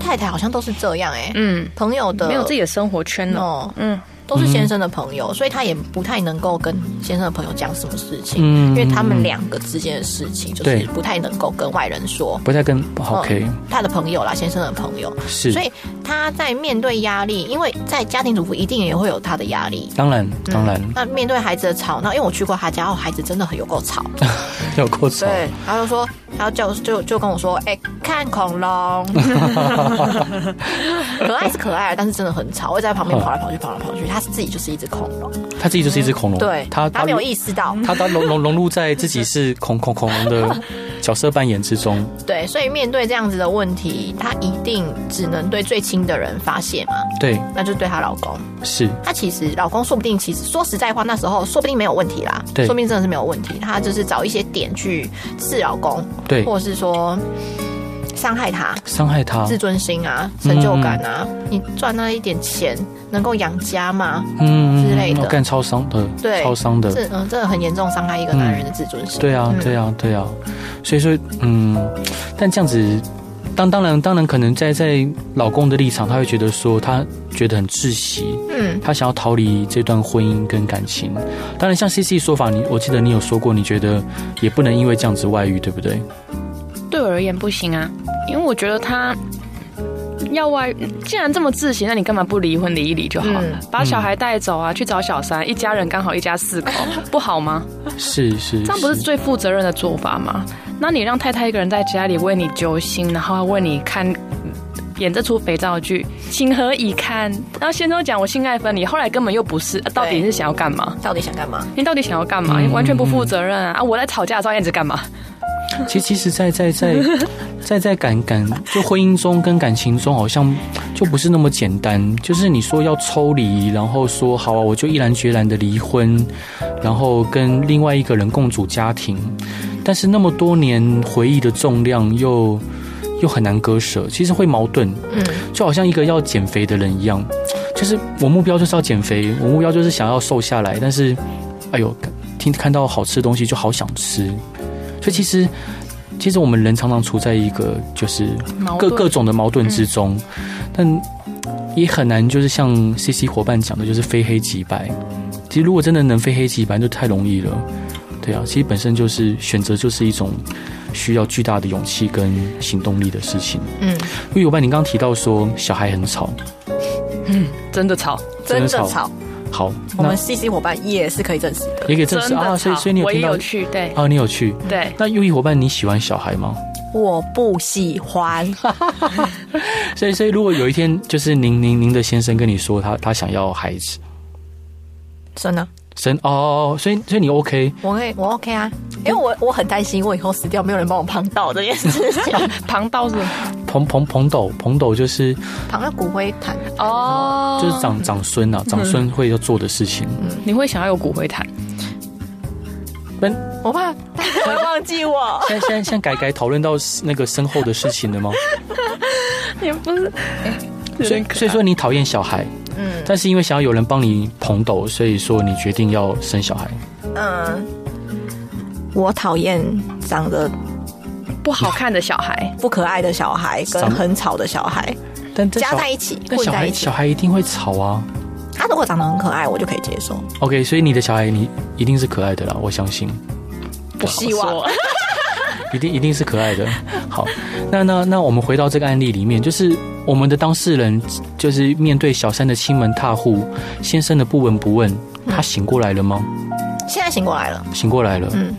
Speaker 3: 太太好像都是这样哎、
Speaker 2: 嗯，
Speaker 3: 朋友的
Speaker 2: 没有自己的生活圈了。
Speaker 3: 哦，
Speaker 2: 嗯，
Speaker 3: 都是先生的朋友，所以她也不太能够跟先生的朋友讲什么事情，
Speaker 1: 嗯
Speaker 3: 因为他们两个之间的事情就是
Speaker 1: 对
Speaker 3: 不太能够跟外人说。
Speaker 1: 不太跟 OK、
Speaker 3: 她的朋友啦，先生的朋友，
Speaker 1: 是
Speaker 3: 哦所，以她在面对压力，因为在家庭主妇一定也会有她的压力。
Speaker 1: 当然当然、
Speaker 3: 那面对孩子的吵闹，因为我去过她家，哦，孩子真的很有够 吵。
Speaker 1: 有够吵。
Speaker 3: 对，然后就说，然后叫就就跟我说，哎、看 恐龙，可爱是可爱，但是真的很吵，我在旁边跑来跑去，跑来跑去，他自己就是一只恐龙，
Speaker 1: 他自己就是一只恐龙，
Speaker 3: 对，
Speaker 1: 哦他
Speaker 3: 他没有意识到，
Speaker 1: 他他融融融入在自己是恐恐恐龙的角色扮演之中。
Speaker 3: 对，所以面对这样子的问题，她一定只能对最亲的人发泄嘛，
Speaker 1: 对，
Speaker 3: 那就对她老公，
Speaker 1: 是
Speaker 3: 她其实老公说不定其实说实在话，那时候说不定没有问题啦，
Speaker 1: 对
Speaker 3: 说不定真的是没有问题，她就是找一些点去刺老公，
Speaker 1: 对
Speaker 3: 或者是说伤害他，
Speaker 1: 伤害他。
Speaker 3: 自尊心啊、成就感啊，你赚那一点钱能够养家吗？
Speaker 1: 嗯
Speaker 3: 之类的
Speaker 1: 我干超伤的，
Speaker 3: 对
Speaker 1: 超伤的，
Speaker 3: 这嗯，这很严重伤害一个男人的自尊心。
Speaker 1: 对啊，
Speaker 3: 嗯
Speaker 1: 对啊，对啊，所以说，嗯，但这样子，当当然，当然，可能在在老公的立场，他会觉得说，他觉得很窒息，
Speaker 3: 嗯，
Speaker 1: 他想要逃离这段婚姻跟感情。当然，像 C C 说法，你我记得你有说过，你觉得也不能因为这样子外遇，对不对？
Speaker 2: 对我而言不行啊，因为我觉得他要外，既然这么自信，那你干嘛不离婚离一离就好了？
Speaker 3: 嗯
Speaker 2: 把小孩带走啊，去找小三，一家人刚好一家四 口，不好吗？
Speaker 1: 是是，
Speaker 2: 这样不是最负责任的做法吗？那你让太太一个人在家里为你揪心，然后为你看。演这出肥皂剧，情何以堪？然后先都讲我性爱分离，后来根本又不是，啊到底
Speaker 3: 对
Speaker 2: 你是想要干嘛？
Speaker 3: 到底想干嘛？
Speaker 2: 你到底想要干嘛？
Speaker 1: 嗯
Speaker 2: 你完全不负责任啊！啊，我在吵架的时候，燕子干嘛？
Speaker 1: 其其实在，在在在在感感就婚姻中跟感情中，好像就不是那么简单。就是你说要抽离，然后说好啊，我就毅然决然的离婚，然后跟另外一个人共组家庭，但是那么多年回忆的重量又又很难割舍，其实会矛盾。
Speaker 3: 嗯，
Speaker 1: 就好像一个要减肥的人一样，就是我目标就是要减肥，我目标就是想要瘦下来，但是，哎呦，看听看到好吃的东西就好想吃，所以其实，其实我们人常常处在一个就是
Speaker 2: 矛
Speaker 1: 各
Speaker 2: 盾嗯
Speaker 1: 各种的矛盾之中，但也很难就是像 C C 伙伴讲的，就是非黑即白。其实如果真的能非黑即白，就太容易了。对啊，其实本身就是选择，就是一种需要巨大的勇气跟行动力的事情。
Speaker 3: 嗯，
Speaker 1: 因为友伴，你刚刚提到说小孩很吵，
Speaker 2: 真的吵，
Speaker 1: 真的
Speaker 3: 真的
Speaker 1: 吵
Speaker 3: 吵。
Speaker 1: 好，
Speaker 3: 我
Speaker 1: 那
Speaker 3: 们 CC 伙伴也是可以证实的。
Speaker 1: 也可以证
Speaker 2: 真
Speaker 1: 实
Speaker 2: 的吵。
Speaker 1: 啊，所以所以你有
Speaker 2: 我也
Speaker 1: 听到
Speaker 2: 有去，对
Speaker 1: 啊，你有去。
Speaker 2: 对，
Speaker 1: 那优异伙伴，你喜欢小孩吗？
Speaker 3: 我不 喜欢，
Speaker 1: 所以所以如果有一天就是您您您的先生跟你说他他想要孩子，
Speaker 3: 真的，
Speaker 1: 生哦哦，哦所以所以你 OK，
Speaker 3: 我可以，我 OK 啊，因为我我很担心我以后死掉没有人帮我旁到这件事 情，
Speaker 2: 旁道是
Speaker 1: 彭彭彭斗彭斗就是
Speaker 3: 旁到骨灰坛。
Speaker 2: 哦，
Speaker 1: 就是长长孙啊，长孙会要做的事情。
Speaker 3: 嗯
Speaker 2: 你会想要有骨灰坛，
Speaker 1: 那。
Speaker 3: 我怕 大家会忘记我
Speaker 1: 现在现在现在改改讨论到那个身后的事情 了吗？
Speaker 2: 也不是，
Speaker 1: 所以所以说你讨厌小孩，
Speaker 3: 嗯
Speaker 1: 但是因为想要有人帮你捧斗，所以说你决定要生小孩。
Speaker 3: 嗯，我讨厌长得
Speaker 2: 不好看的小孩，
Speaker 3: 不可爱的小孩
Speaker 1: 长
Speaker 3: 跟很吵的小孩
Speaker 1: 但这
Speaker 3: 加
Speaker 1: 小
Speaker 3: 在一起
Speaker 1: 但
Speaker 3: 混
Speaker 1: 小
Speaker 3: 在
Speaker 1: 孩
Speaker 3: 一起
Speaker 1: 小。孩一定会吵啊。
Speaker 3: 他如果长得很可爱，我就可以接受。
Speaker 1: OK，所以你的小孩你一定是可爱的啦，我相信，
Speaker 2: 不好
Speaker 3: 希望
Speaker 2: 说
Speaker 1: 一定一定是可爱的。 好，那那那我们回到这个案例里面，就是我们的当事人就是面对小三的亲门踏户，先生的不闻不问，他醒过来了吗？
Speaker 3: 现在醒过来了，
Speaker 1: 醒过来了，
Speaker 3: 嗯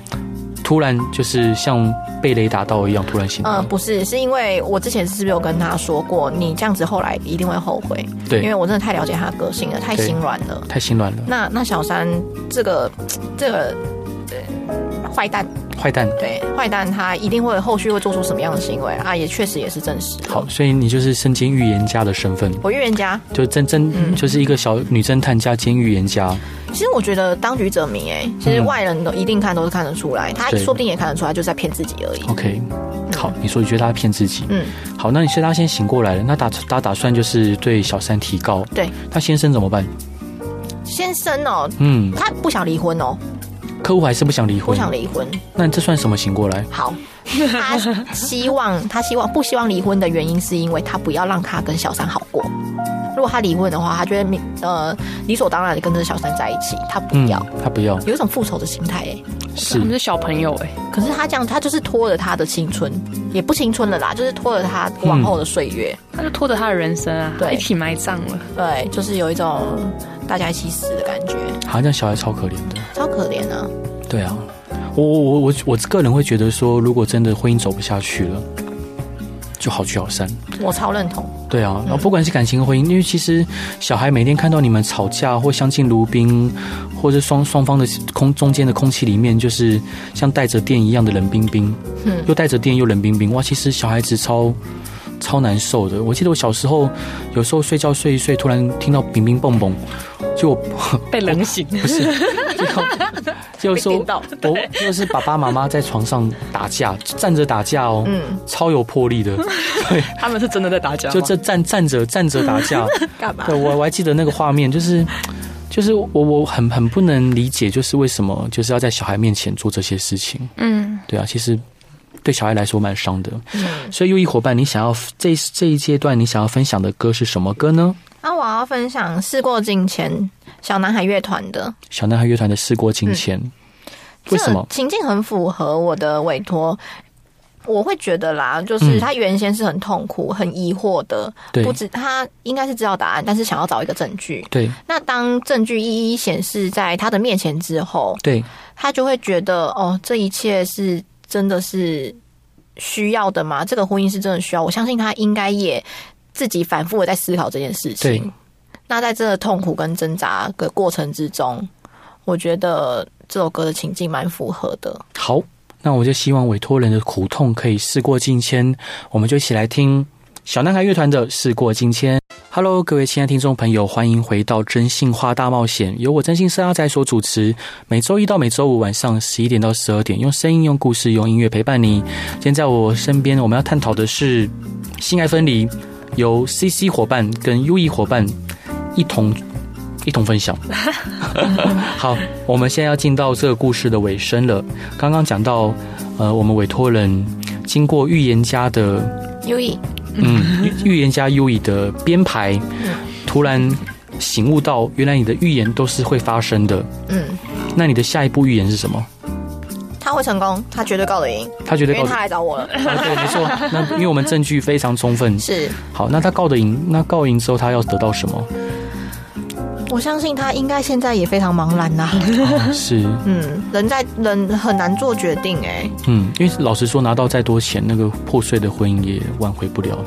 Speaker 1: 突然就是像被雷打到一样，突然醒过来。
Speaker 3: 呃，不是，是因为我之前是不是有跟他说过，你这样子后来一定会后悔，嗯因为
Speaker 1: 对，
Speaker 3: 我真的太了解他的个性了，太
Speaker 1: 对
Speaker 3: 心软了。
Speaker 1: 太心软了。
Speaker 3: 那那小三这个这个。呃坏蛋，
Speaker 1: 坏蛋。
Speaker 3: 对，坏蛋他一定会后续会做出什么样的行为啊，也确实也是证实。
Speaker 1: 好，，所以你就是身兼预言家的身份，
Speaker 3: 我预言家，
Speaker 1: 就真真、
Speaker 3: 嗯
Speaker 1: 就是一个小女侦探加兼预言家。
Speaker 3: 其实我觉得当局者迷、哎，其实外人都一定看都是看得出来，他
Speaker 1: 嗯对哦
Speaker 3: 说不定也看得出来，就是在骗自己而已。
Speaker 1: OK，好，你说你觉得他骗自己，
Speaker 3: 嗯，
Speaker 1: 好，那你是他先醒过来了，那打他打算就是对小三提告，
Speaker 3: 对，
Speaker 1: 他先生怎么办？
Speaker 3: 先生哦，
Speaker 1: 嗯，
Speaker 3: 他不想离婚哦，
Speaker 1: 客户还是不想离
Speaker 3: 不
Speaker 1: 婚，
Speaker 3: 想离婚。
Speaker 1: 那这算什么醒过来？
Speaker 3: 好，他希望他希望不希望离婚的原因是因为他不要让他跟小三好过。如果他离婚的话，他就会明呃理所当然的跟这个小三在一起，他不要，，
Speaker 1: 嗯他不要，
Speaker 3: 有一种复仇的心态哎、
Speaker 2: 他
Speaker 1: 是
Speaker 2: 们是小朋友哎、
Speaker 3: 可是他这样，他就是拖了他的青春，也不青春了啦，就是拖了他往后的岁月。
Speaker 2: 他就拖着他的人生啊，
Speaker 3: 对
Speaker 2: 一起埋葬了。
Speaker 3: 对，就是有一种大家一起死的感觉，
Speaker 1: 好像小孩超可怜的。
Speaker 3: 超可怜啊！
Speaker 1: 对啊，我我我我我个人会觉得说，如果真的婚姻走不下去了，就好聚好散。
Speaker 3: 我超认同，
Speaker 1: 对啊，
Speaker 3: 嗯
Speaker 1: 然后不管是感情和婚姻，因为其实小孩每天看到你们吵架或相敬如宾，或者双双方的空中间的空气里面，就是像带着电一样的冷冰冰，
Speaker 3: 嗯
Speaker 1: 又带着电又冷冰冰，哇，其实小孩子超超难受的。我记得我小时候有时候睡觉睡一睡，突然听到冰冰蹦蹦，就 我
Speaker 2: 被冷啊醒，
Speaker 1: 不是，就就
Speaker 3: 被
Speaker 1: 说
Speaker 3: 电 到，
Speaker 1: 我就是爸爸妈妈在床上打架，站着打架哦，
Speaker 3: 嗯，
Speaker 1: 超有魄力的，
Speaker 2: 他们是真的在打架吗
Speaker 1: 就这站站着站着打架。
Speaker 3: 干嘛
Speaker 1: 对，我我还记得那个画面，就是就是我我很很不能理解，就是为什么就是要在小孩面前做这些事情。
Speaker 2: 嗯，
Speaker 1: 对啊，其实对小孩来说蛮伤的。所以，优异伙伴，你想要这这一阶段你想要分享的歌是什么歌呢？
Speaker 3: 那我要分享事过境迁小男孩乐团的，
Speaker 1: 小男孩乐团的《事过境迁》
Speaker 3: 嗯
Speaker 1: 为什么
Speaker 3: 这？情境很符合我的委托？我会觉得啦，就是
Speaker 1: 嗯
Speaker 3: 他原先是很痛苦、很疑惑的，
Speaker 1: 对
Speaker 3: 不知他应该是知道答案，但是想要找一个证据。
Speaker 1: 对
Speaker 3: 那当证据一一显示在他的面前之后，
Speaker 1: 对，
Speaker 3: 他就会觉得哦，这一切是真的是需要的吗？这个婚姻是真的需要？我相信他应该也自己反复的在思考这件事情
Speaker 1: 对。
Speaker 3: 那在这个痛苦跟挣扎的过程之中，我觉得这首歌的情境蛮符合的。
Speaker 1: 好，那我就希望委托人的苦痛可以事过境迁，我们就一起来听小男孩乐团的《事过境迁》。Hello，各位亲爱的听众朋友，欢迎回到《真心话大冒险》，由我真心社阿仔所主持，每周一到每周五晚上十一点到十二点，用声音、用故事、用音乐陪伴你。今天在我身边，我们要探讨的是性爱分离，由 CC 伙伴跟 U E 伙伴一同一同分享。 好，我们现在要进到这个故事的尾声了。刚刚讲到，呃，我们委托人经过预言家的，
Speaker 3: 优异，
Speaker 1: 嗯， 预预言家优以的编排，突然醒悟到，原来你的预言都是会发生的。
Speaker 3: 嗯，
Speaker 1: 那你的下一步预言是什么？
Speaker 3: 他会成功，他绝对告得赢，
Speaker 1: 他觉得
Speaker 3: 因
Speaker 1: 告
Speaker 3: 为
Speaker 1: 得
Speaker 3: 他来找我了。
Speaker 1: 啊，对，没错。那因为我们证据非常充分。
Speaker 3: 是
Speaker 1: 好，那他告得赢，那告赢之后他要得到什么？
Speaker 3: 我相信他应该现在也非常茫然呐、
Speaker 1: 啊是，
Speaker 3: 嗯，人在人很难做决定哎、
Speaker 1: 嗯，因为老实说，拿到再多钱，那个破碎的婚姻也挽回不了。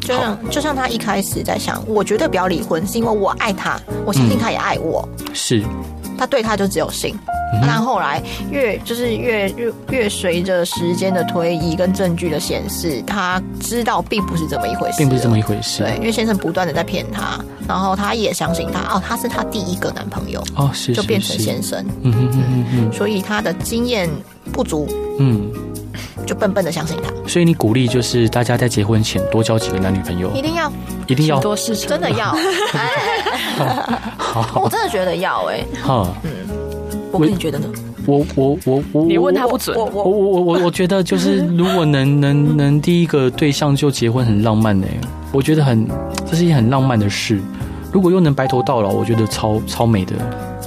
Speaker 3: 就像就像他一开始在想，我绝对不要离婚，是因为我爱他，我相信他也爱我，
Speaker 1: 是，
Speaker 3: 他对他就只有性。但后来越就是越越越随着时间的推移跟证据的显示，他知道并不是这么一回事，
Speaker 1: 并不是这么一回事。
Speaker 3: 对，因为先生不断的在骗他，然后他也相信他哦，他是他第一个男朋友，
Speaker 1: 哦，是
Speaker 3: 就是变成
Speaker 1: 是，
Speaker 3: 先生，
Speaker 1: 嗯哼哼哼哼，
Speaker 3: 所以他的经验不足，
Speaker 1: 嗯。
Speaker 3: 就笨笨的相信他，
Speaker 1: 所以你鼓励就是大家在结婚前多交几个男女朋友
Speaker 3: 一，定要
Speaker 1: 一定要
Speaker 2: 挺多事情，
Speaker 3: 真的要，哎，
Speaker 1: 好
Speaker 3: 我真的觉得要哎、
Speaker 1: 哈。
Speaker 3: 我跟你觉得呢？
Speaker 1: 我我我我，
Speaker 2: 你问他
Speaker 1: 我
Speaker 2: 不准
Speaker 3: 我
Speaker 1: 我
Speaker 3: 我
Speaker 1: 我我我我觉得 就是如果能能能第一个对象就结婚很浪漫呢、我觉得很这是一件很浪漫的事。如果又能白头到老，我觉得超超美的。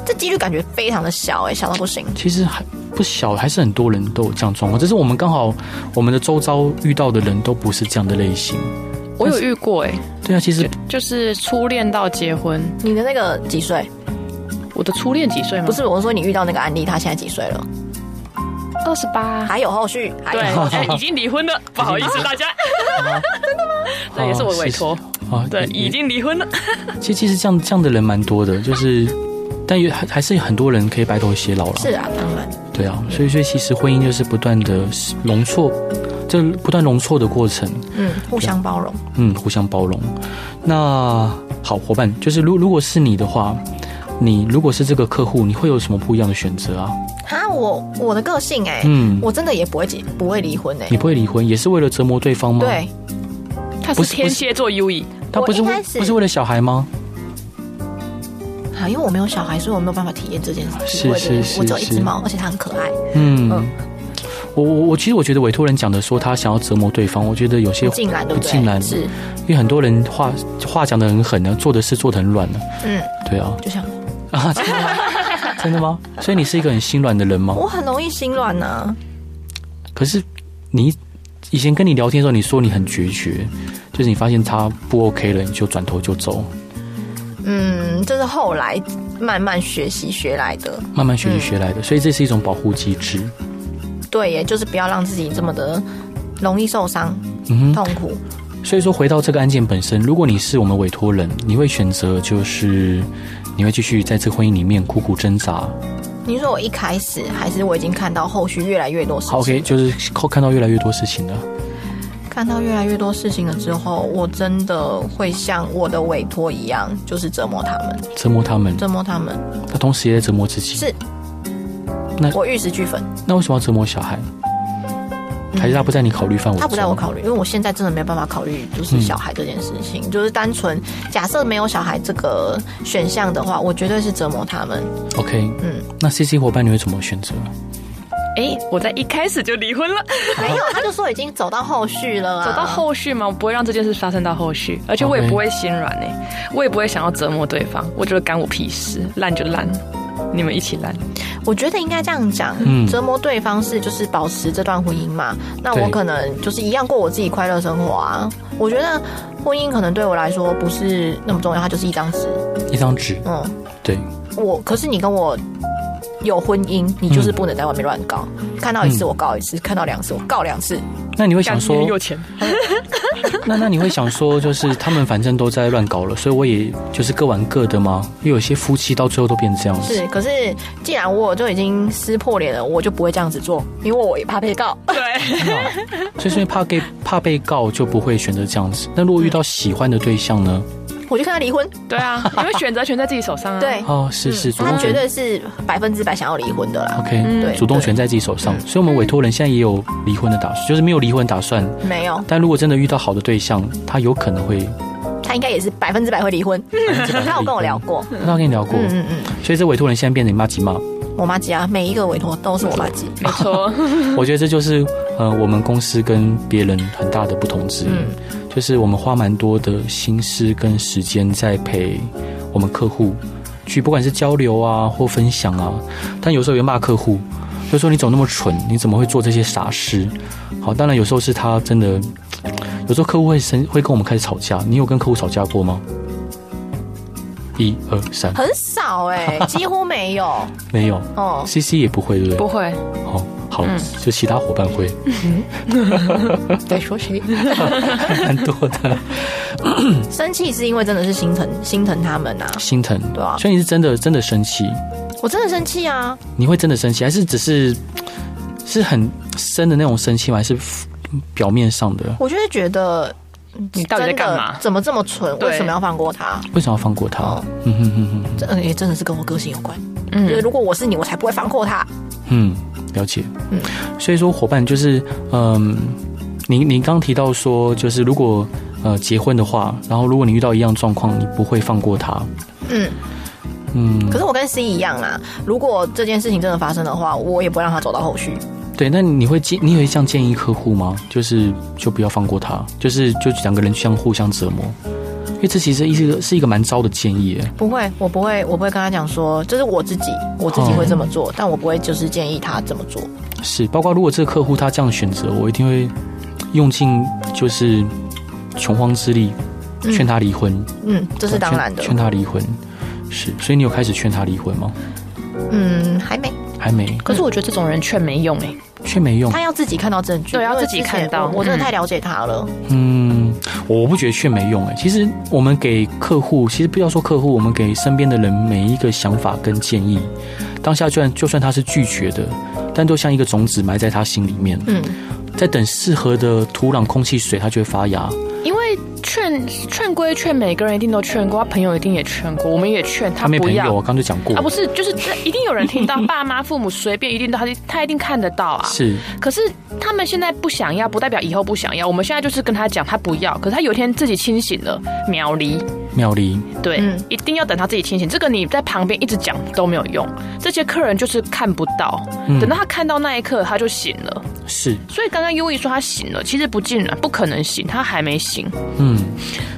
Speaker 3: 这几率感觉非常的小哎、小到不行。
Speaker 1: 其实还不小，还是很多人都有这样状况，只是我们刚好我们的周遭遇到的人都不是这样的类型。
Speaker 2: 我有遇过哎、
Speaker 1: 对啊，其实
Speaker 2: 就是初恋到结婚，
Speaker 3: 你的那个几岁？
Speaker 2: 我的初恋几岁吗？
Speaker 3: 不是，我说你遇到那个案例，他现在几岁了？
Speaker 2: 二十八，
Speaker 3: 还有后续？还
Speaker 2: 对，
Speaker 3: 有后 续
Speaker 2: 哎已经离婚了，不好意思大家， 那也是我委托，
Speaker 1: 啊，
Speaker 2: 对，
Speaker 1: 也
Speaker 2: 已经离婚了，
Speaker 1: 其实其实这样这样的人蛮多的，就是，但也还还是有很多人可以白头偕老了。
Speaker 3: 是啊，当然。
Speaker 1: 对啊，所以所以其实婚姻就是不断的容错，这不断容错的过程，
Speaker 3: 嗯，互相包容。
Speaker 1: 嗯，互相包容。那好伙伴，就是如如果是你的话，你如果是这个客户，你会有什么不一样的选择啊？
Speaker 3: 哈，我我的个性哎、
Speaker 1: 嗯，
Speaker 3: 我真的也不会结，不会离婚哎、
Speaker 1: 你嗯不会离婚，也是为了折磨对方吗？，
Speaker 3: 对，
Speaker 2: 他
Speaker 1: 不
Speaker 2: 是
Speaker 1: 是
Speaker 2: 天蝎座 U E，
Speaker 1: 他不是
Speaker 3: 我一
Speaker 1: 为
Speaker 3: 开始
Speaker 1: 不是为了小孩吗？
Speaker 3: 好，啊因为我没有小孩，所以我没有办法体验这件
Speaker 1: 是
Speaker 3: 事。体会这
Speaker 1: 是
Speaker 3: 件事我只有一
Speaker 1: 是
Speaker 3: 只猫，而且它很可爱。
Speaker 1: 嗯，
Speaker 3: 嗯
Speaker 1: 我我我其实我觉得委托人讲的说他想要折磨对方，我觉得有些
Speaker 3: 不进来，对
Speaker 1: 不
Speaker 3: 对？
Speaker 1: 尽然，
Speaker 3: 是，
Speaker 1: 因为很多人话话讲的很狠呢，做的事做的很软呢，
Speaker 3: 嗯，
Speaker 1: 对啊
Speaker 3: 就像我
Speaker 1: 啊，真的吗？真的吗？所以你是一个很心软的人吗？
Speaker 3: 我很容易心啊软呐、
Speaker 1: 可是你以前跟你聊天的时候，你说你很决绝，就是你发现他不 OK 了，你就转头就走，
Speaker 3: 嗯，这是后来慢慢学习学来的。
Speaker 1: 慢慢学习学来的，所以这是一种保护机制。
Speaker 3: 对耶，就是不要让自己这么的容易受伤、
Speaker 1: 嗯
Speaker 3: 痛苦。
Speaker 1: 所以说，回到这个案件本身，如果你是我们委托人，你会选择就是你会继续在这个婚姻里面苦苦挣扎。
Speaker 3: 你说我一开始，还是我已经看到后续越来越多事情
Speaker 1: 好，OK，就是看看到越来越多事情了。
Speaker 3: 看到越来越多事情了之后，我真的会像我的委托一样，就是折磨他们，
Speaker 1: 折磨他们，
Speaker 3: 折磨他们。
Speaker 1: 他同时也在折磨自己。
Speaker 3: 是
Speaker 1: 嗯
Speaker 3: 我玉石俱焚，
Speaker 1: 那为什么要折磨小孩？还是他不在你考虑范围？
Speaker 3: 嗯他不在我。考虑，因为我现在真的没有办法考虑就是小孩这件事情，就是单纯假设没有小孩这个选项的话，我绝对是折磨他们。
Speaker 1: OK，
Speaker 3: 嗯，
Speaker 1: 那 CC 伙伴你会怎么选择？
Speaker 2: 哎，我在一开始就离婚了，
Speaker 3: 没有，他就说已经走到后续了、啊，
Speaker 2: 走到后续嘛，我不会让这件事发生到后续，而且我也
Speaker 1: OK
Speaker 2: 不会心软哎、我也不会想要折磨对方，我觉得干我屁事，烂就烂，你们一起烂。
Speaker 3: 我觉得应该这样讲，
Speaker 1: 嗯
Speaker 3: 折磨对方是就是保持这段婚姻嘛。那
Speaker 1: 对
Speaker 3: 我可能就是一样过我自己快乐生活啊。我觉得婚姻可能对我来说不是那么重要，它就是一张纸。
Speaker 1: 一张纸，
Speaker 3: 嗯，
Speaker 1: 对，
Speaker 3: 我可是你跟我有婚姻，你就是不能在外面乱搞。看到一次我告一次，看到两次我告两次。
Speaker 1: 那你会想
Speaker 2: 干
Speaker 1: 说
Speaker 2: 你，有钱，
Speaker 1: 那那你会想说，就是他们反正都在乱 搞了，所以我也就是各玩各的吗？因为有些夫妻到最后都变这样子。
Speaker 3: 是，可是既然我就已经撕破脸了，我就不会这样子做，因为我也怕被告。
Speaker 2: 对，
Speaker 1: 真的啊所以所以怕被怕被告就不会选择这样子。那如果遇到喜欢的对象呢？
Speaker 3: 我就跟他离婚。
Speaker 2: 对啊，因为选择权在自己手上啊。
Speaker 3: 对，
Speaker 1: 哦，是是，主
Speaker 3: 嗯他
Speaker 1: 动
Speaker 3: 绝
Speaker 1: 权
Speaker 3: 对是百分之百想要离婚的啦。
Speaker 1: OK，
Speaker 3: 对嗯
Speaker 1: 主动权在自己手上。所以我们委托人现在也有离婚的打算，就是没有离婚打算，
Speaker 3: 没有，
Speaker 1: 但如果真的遇到好的对象，他有可能会。
Speaker 3: 他应该也是百分之百会离婚。他有跟我聊过，
Speaker 1: 那我跟你聊过，
Speaker 3: 嗯嗯嗯，
Speaker 1: 所以这委托人现在变成你妈吉妈，
Speaker 3: 我妈姐啊，每一个委托都是我妈姐。
Speaker 2: 没错，
Speaker 1: 我觉得这就是呃我们公司跟别人很大的不同之一，
Speaker 3: 嗯
Speaker 1: 就是我们花蛮多的心思跟时间在陪我们客户去，不管是交流啊或分享啊，但有时候也骂客户，就说你怎么那么蠢，你怎么会做这些傻事？好，当然有时候是他真的，有时候客户会生会跟我们开始吵架，你有跟客户吵架过吗？一二三，
Speaker 3: 很少 哎、几乎没有
Speaker 1: 没有。
Speaker 3: 哦。
Speaker 1: C C 也不会，对不对？
Speaker 2: 不会，
Speaker 1: 哦，好，就其他伙伴会。
Speaker 3: 在说谁？
Speaker 1: 蛮多的，
Speaker 3: 生气是因为真的是心疼心疼他们啊，
Speaker 1: 心疼。
Speaker 3: 对啊
Speaker 1: 所以你是真的真的生气，
Speaker 3: 我真的生气啊，
Speaker 1: 你会真的生气，还是只是是很深的那种生气吗？还是表面上的？
Speaker 3: 我就是觉得
Speaker 2: 你到底在
Speaker 3: 真的
Speaker 2: 干嘛？
Speaker 3: 怎么这么蠢？
Speaker 2: 对
Speaker 3: 为什么要放过他？
Speaker 1: 为什么要放过他
Speaker 3: 哦？
Speaker 1: 嗯哼哼哼
Speaker 3: 这也真的是跟我个性有关。
Speaker 2: 嗯
Speaker 3: 就是如果我是你，我才不会放过他。
Speaker 1: 嗯，了解。
Speaker 3: 嗯
Speaker 1: 所以说伙伴就是，嗯，你你刚提到说，就是如果呃结婚的话，然后如果你遇到一样状况，你不会放过他。
Speaker 3: 嗯，
Speaker 1: 嗯
Speaker 3: 可，是我跟 C 一样啦，如果这件事情真的发生的话，我也不会让他走到后续。
Speaker 1: 对。那你会建你会这样建议客户吗？就是就不要放过他，就是就两个人相互相折磨，因为这其实是一个是一个蛮糟的建议耶。
Speaker 3: 不会，我不会，我不会跟他讲说，这是我自己，我自己
Speaker 1: 哦
Speaker 3: 会这么做，但我不会就是建议他这么做。
Speaker 1: 是，包括如果这个客户他这样选择，我一定会用尽就是穷荒之力劝他离婚，
Speaker 3: 嗯，这是当然的
Speaker 1: 劝，。劝他离婚。是，所以你有开始劝他离婚吗？
Speaker 3: 嗯，还没。
Speaker 1: 还没，
Speaker 2: 可是我觉得这种人劝没用哎、
Speaker 1: 却没用
Speaker 3: 他。要自己看到证据，
Speaker 2: 对要
Speaker 3: 因为
Speaker 2: 自己
Speaker 3: 之前
Speaker 2: 看到
Speaker 3: 我我真
Speaker 2: 嗯
Speaker 3: 的太了解他了。
Speaker 1: 嗯，我不觉得劝没用哎、其实我们给客户，其实不要说客户，我们给身边的人每一个想法跟建议，当下就算就算他是拒绝的，但都像一个种子埋在他心里面，
Speaker 3: 嗯，
Speaker 1: 在等适合的土壤、空气、水，它就会发芽。
Speaker 2: 因为劝劝归劝，每个人一定都劝过，他朋友一定也劝过，我们也劝
Speaker 1: 他
Speaker 2: 他
Speaker 1: 没
Speaker 2: 不
Speaker 1: 朋友，
Speaker 2: 要
Speaker 1: 我刚刚就讲过
Speaker 2: 啊，，不是，就是这一定有人听到， 爸妈、父母随便一定都他他一定看得到啊。
Speaker 1: 是
Speaker 2: 可是他们现在不想要，不代表以后不想要。我们现在就是跟他讲，他不要。可是他有一天自己清醒了，秒离。
Speaker 1: 妙龄。
Speaker 2: 对，
Speaker 3: 嗯
Speaker 2: 一定要等他自己清醒。这个你在旁边一直讲都没有用，这些客人就是看不到。
Speaker 1: 嗯
Speaker 2: 等到他看到那一刻，他就醒了。
Speaker 1: 是，
Speaker 2: 所以刚刚优一说他醒了，其实不尽然，不可能醒，他还没醒。
Speaker 1: 嗯，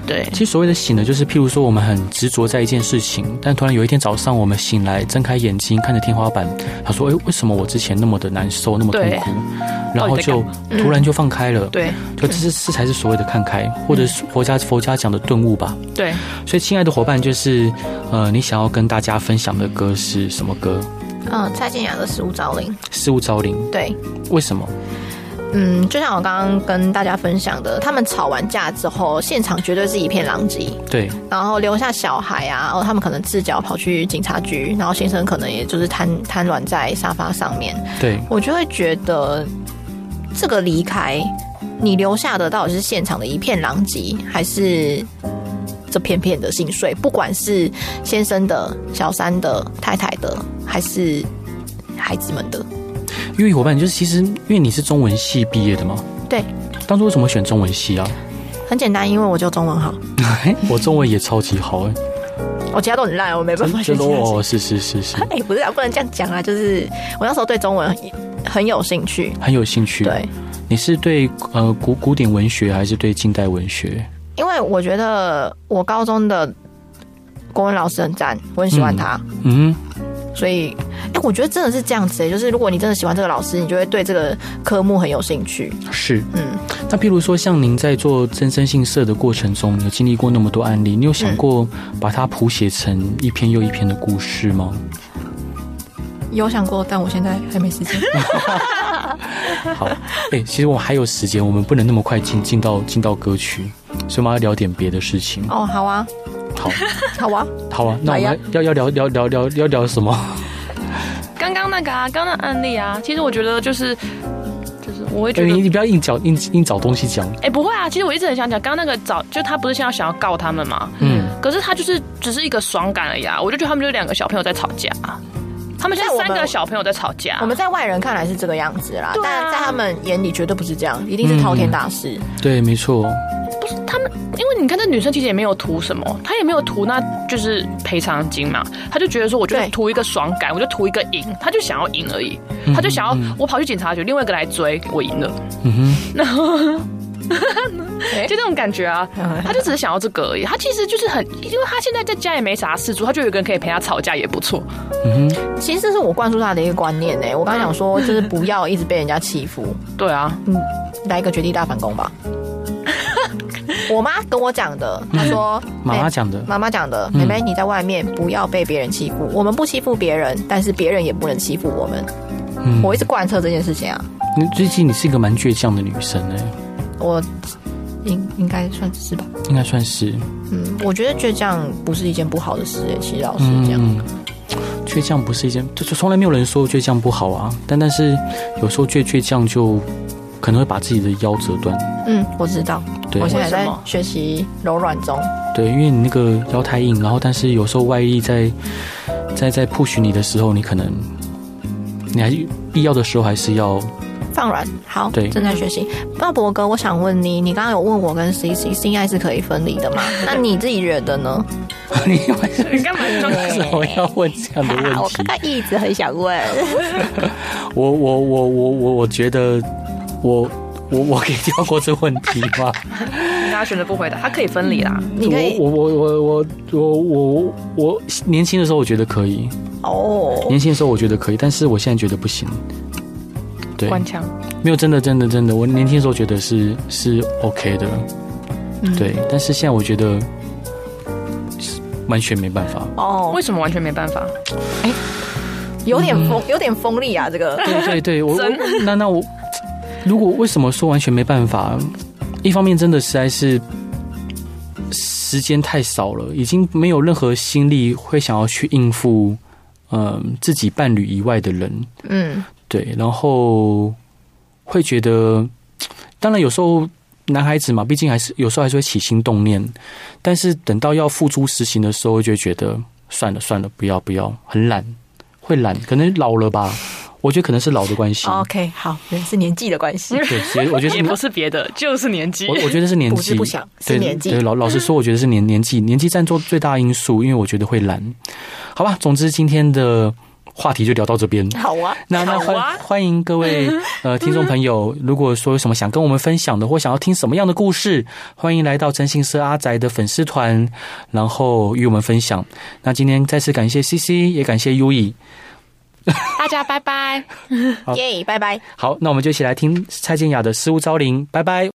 Speaker 2: 对，
Speaker 1: 其实所谓的醒呢，就是譬如说我们很执着在一件事情，但突然有一天早上我们醒来，睁开眼睛看着天花板，他说：“哎、为什么我之前那么的难受，那么痛苦？”然后就突然就放开了。
Speaker 2: 嗯对，
Speaker 1: 就这是这才是所谓的看开，或者是佛家佛家讲的顿悟吧。
Speaker 2: 对，
Speaker 1: 所以，亲爱的伙伴，就是呃，你想要跟大家分享的歌是什么歌？
Speaker 3: 嗯，蔡健雅的《食物招领》，
Speaker 1: 事物招领，
Speaker 3: 对，
Speaker 1: 为什么？
Speaker 3: 嗯，就像我刚刚跟大家分享的，他们吵完架之后，现场绝对是一片狼藉，
Speaker 1: 对，
Speaker 3: 然后留下小孩啊，哦，他们可能赤脚跑去警察局，然后先生可能也就是瘫瘫软在沙发上面，
Speaker 1: 对，
Speaker 3: 我就会觉得这个离开，你留下的到底是现场的一片狼藉，还是这片片的心碎？不管是先生的、小三的、太太的，还是孩子们的，
Speaker 1: 因为伙伴，就是其实因为你是中文系毕业的嘛，
Speaker 3: 对，
Speaker 1: 当初为什么选中文系啊？
Speaker 3: 很简单，因为我就中文好，
Speaker 1: 哎，我中文也超级好哎、
Speaker 3: 我其他都很烂，我没办法学
Speaker 1: 真
Speaker 3: 其
Speaker 1: 的
Speaker 3: 他
Speaker 1: 哦，是是是是，
Speaker 3: 哎、不是啊，不能这样讲啊，就是我那时候对中文很很有兴趣，
Speaker 1: 很有兴趣。
Speaker 3: 对，
Speaker 1: 你是对呃古古典文学还是对近代文学？
Speaker 3: 因为我觉得我高中的国文老师很赞，我很喜欢他。
Speaker 1: 嗯，
Speaker 3: 所以，哎、我觉得真的是这样子、欸，就是如果你真的喜欢这个老师，你就会对这个科目很有兴趣。
Speaker 1: 是。
Speaker 3: 嗯，
Speaker 1: 那譬如说，像您在做真身性社的过程中，你有经历过那么多案例，你有
Speaker 3: 嗯
Speaker 1: 想过把它谱写成一篇又一篇的故事吗？
Speaker 3: 有想过，但我现在还没时间。
Speaker 1: 好，哎、其实我还有时间，我们不能那么快进进到进到歌曲，所以我们要聊点别的事情。
Speaker 3: 哦，好啊，
Speaker 1: 好，
Speaker 3: 好 啊，
Speaker 1: 好啊，那我
Speaker 3: 哎呀
Speaker 1: 们要要聊聊聊聊要聊什么？
Speaker 2: 刚刚那个啊，刚刚的案例啊，其实我觉得就是就是我会觉
Speaker 1: 哎
Speaker 2: 得
Speaker 1: 你你不要硬找硬硬找东西讲，
Speaker 2: 哎、不会啊，其实我一直很想讲，刚刚那个早就他不是想要想要告他们吗？
Speaker 1: 嗯，
Speaker 2: 可是他就是只是一个爽感而已啊，我就觉得他们就两个小朋友在吵架啊，他们现
Speaker 3: 在
Speaker 2: 在
Speaker 3: 我
Speaker 2: 三
Speaker 3: 们
Speaker 2: 个小朋友在吵架啊
Speaker 3: 我，们在外人看来是这个样子啦，
Speaker 2: 对啊
Speaker 3: 但在他们眼里绝对不是这样，一定是滔天大事。
Speaker 1: 对，没错，
Speaker 2: 不是他们，因为你看这女生其实也没有图什么，她也没有图那就是赔偿金嘛，她就觉得说我就
Speaker 3: 对
Speaker 2: 图一个爽感，我就图一个赢，她就想要赢而已，她就想要我跑去警察局，另外一个来追我赢了，
Speaker 1: 嗯哼，
Speaker 3: 哎
Speaker 2: 就那种感觉 啊。
Speaker 3: 嗯
Speaker 2: 他就只是想要这个而已，他其实就是很，因为他现在在家也没啥事做，他就有一个人可以陪他吵架也不错。
Speaker 1: 嗯哼，
Speaker 3: 其实这是我灌输他的一个观念欸呢、我刚想说，就是不要一直被人家欺负，
Speaker 2: 对啊，
Speaker 3: 嗯来一个绝地大反攻 吧。我妈跟我讲的，她说
Speaker 1: 妈妈
Speaker 3: 哎
Speaker 1: 讲的，
Speaker 3: 妈妈讲的，
Speaker 1: 嗯
Speaker 3: 妹妹你在外面不要被别人欺负，我们不欺负别人，但是别人也不能欺负我们。
Speaker 1: 嗯，
Speaker 3: 我一直贯彻这件事情啊，
Speaker 1: 你最近你是一个蛮倔强的女生哎、
Speaker 3: 我应应该算是吧。
Speaker 1: 应该算是，
Speaker 3: 嗯，我觉得倔强不是一件不好的事、欸，其实老实讲，
Speaker 1: 嗯，倔强不是一件，就就从来没有人说倔强不好啊，但但是有时候倔倔强就可能会把自己的腰折断，
Speaker 3: 嗯，我知道，
Speaker 1: 对
Speaker 3: 我现在
Speaker 2: 为
Speaker 3: 在
Speaker 2: 什么
Speaker 3: 学习柔软中，
Speaker 1: 对，因为你那个腰太硬，然后但是有时候外力在在在 push 你的时候，你可能你还是必要的时候还是要
Speaker 3: 放软，好，
Speaker 1: 对
Speaker 3: 正在学习。鲍勃哥，我想问你，你刚刚有问我跟 C C 性爱是可以分离 的吗？那你自己觉得呢？
Speaker 1: 你为 什
Speaker 2: 你干嘛装
Speaker 1: 么要问这样的问
Speaker 3: 我
Speaker 1: 题
Speaker 3: 刚？刚一直很想 问，
Speaker 1: 我我我我我我觉得我我我可以跳过这问题吗？
Speaker 2: 大家选择不回答，他可以分离啦。
Speaker 3: 你可以
Speaker 1: 我我我我我我我我年轻的时候我觉得可以，
Speaker 3: 哦，
Speaker 1: 年轻的时候我觉得可以，但是我现在觉得不行。对，
Speaker 2: 关枪，
Speaker 1: 没有真的真的真的，我年轻的时候觉得是是 OK 的，
Speaker 3: 嗯
Speaker 1: 对，但是现在我觉得是完全没办法。
Speaker 3: 哦
Speaker 2: 为，什么完全没办法？
Speaker 3: 有点锋，有点锋利啊，这个。
Speaker 1: 对对对，我我那那我如果为什么说完全没办法？一方面真的实在是时间太少了，已经没有任何呃心力会想要去应付嗯、自己伴侣以外的人。
Speaker 3: 嗯，
Speaker 1: 对，然后会觉得，当然有时候男孩子嘛，毕竟还是有时候还是会起心动念，但是等到要付诸实行的时候，就会觉得算了算了，不要不要，很懒，会懒，可能老了吧，我觉得可能是老的关系。
Speaker 3: 哦 OK，好，原来是年纪的关系。
Speaker 1: 对，其实我觉得 是
Speaker 2: 也不是别的，就是年纪
Speaker 1: 我。我觉得是年
Speaker 3: 不
Speaker 1: 纪，
Speaker 3: 是不想是
Speaker 1: 对
Speaker 3: 年纪
Speaker 1: 对，老老实说，我觉得是年年纪，年纪占做最大因素，因为我觉得会懒。好吧，总之今天的话题就聊到这边。
Speaker 3: 好啊，
Speaker 1: 那那
Speaker 2: 好
Speaker 1: 欢、
Speaker 2: 啊
Speaker 1: 欢迎各 位呃听众朋友，如果说有什么想跟我们分享的，或想要听什么样的故事，欢迎来到真心社阿宅的粉丝团，然后与我们分享。那今天再次感谢 C C，也感谢 U E。
Speaker 2: 大家拜拜。
Speaker 1: 好
Speaker 3: 耶，拜拜。
Speaker 1: 好，那我们就一起来听蔡健雅的《失物招领》，拜拜。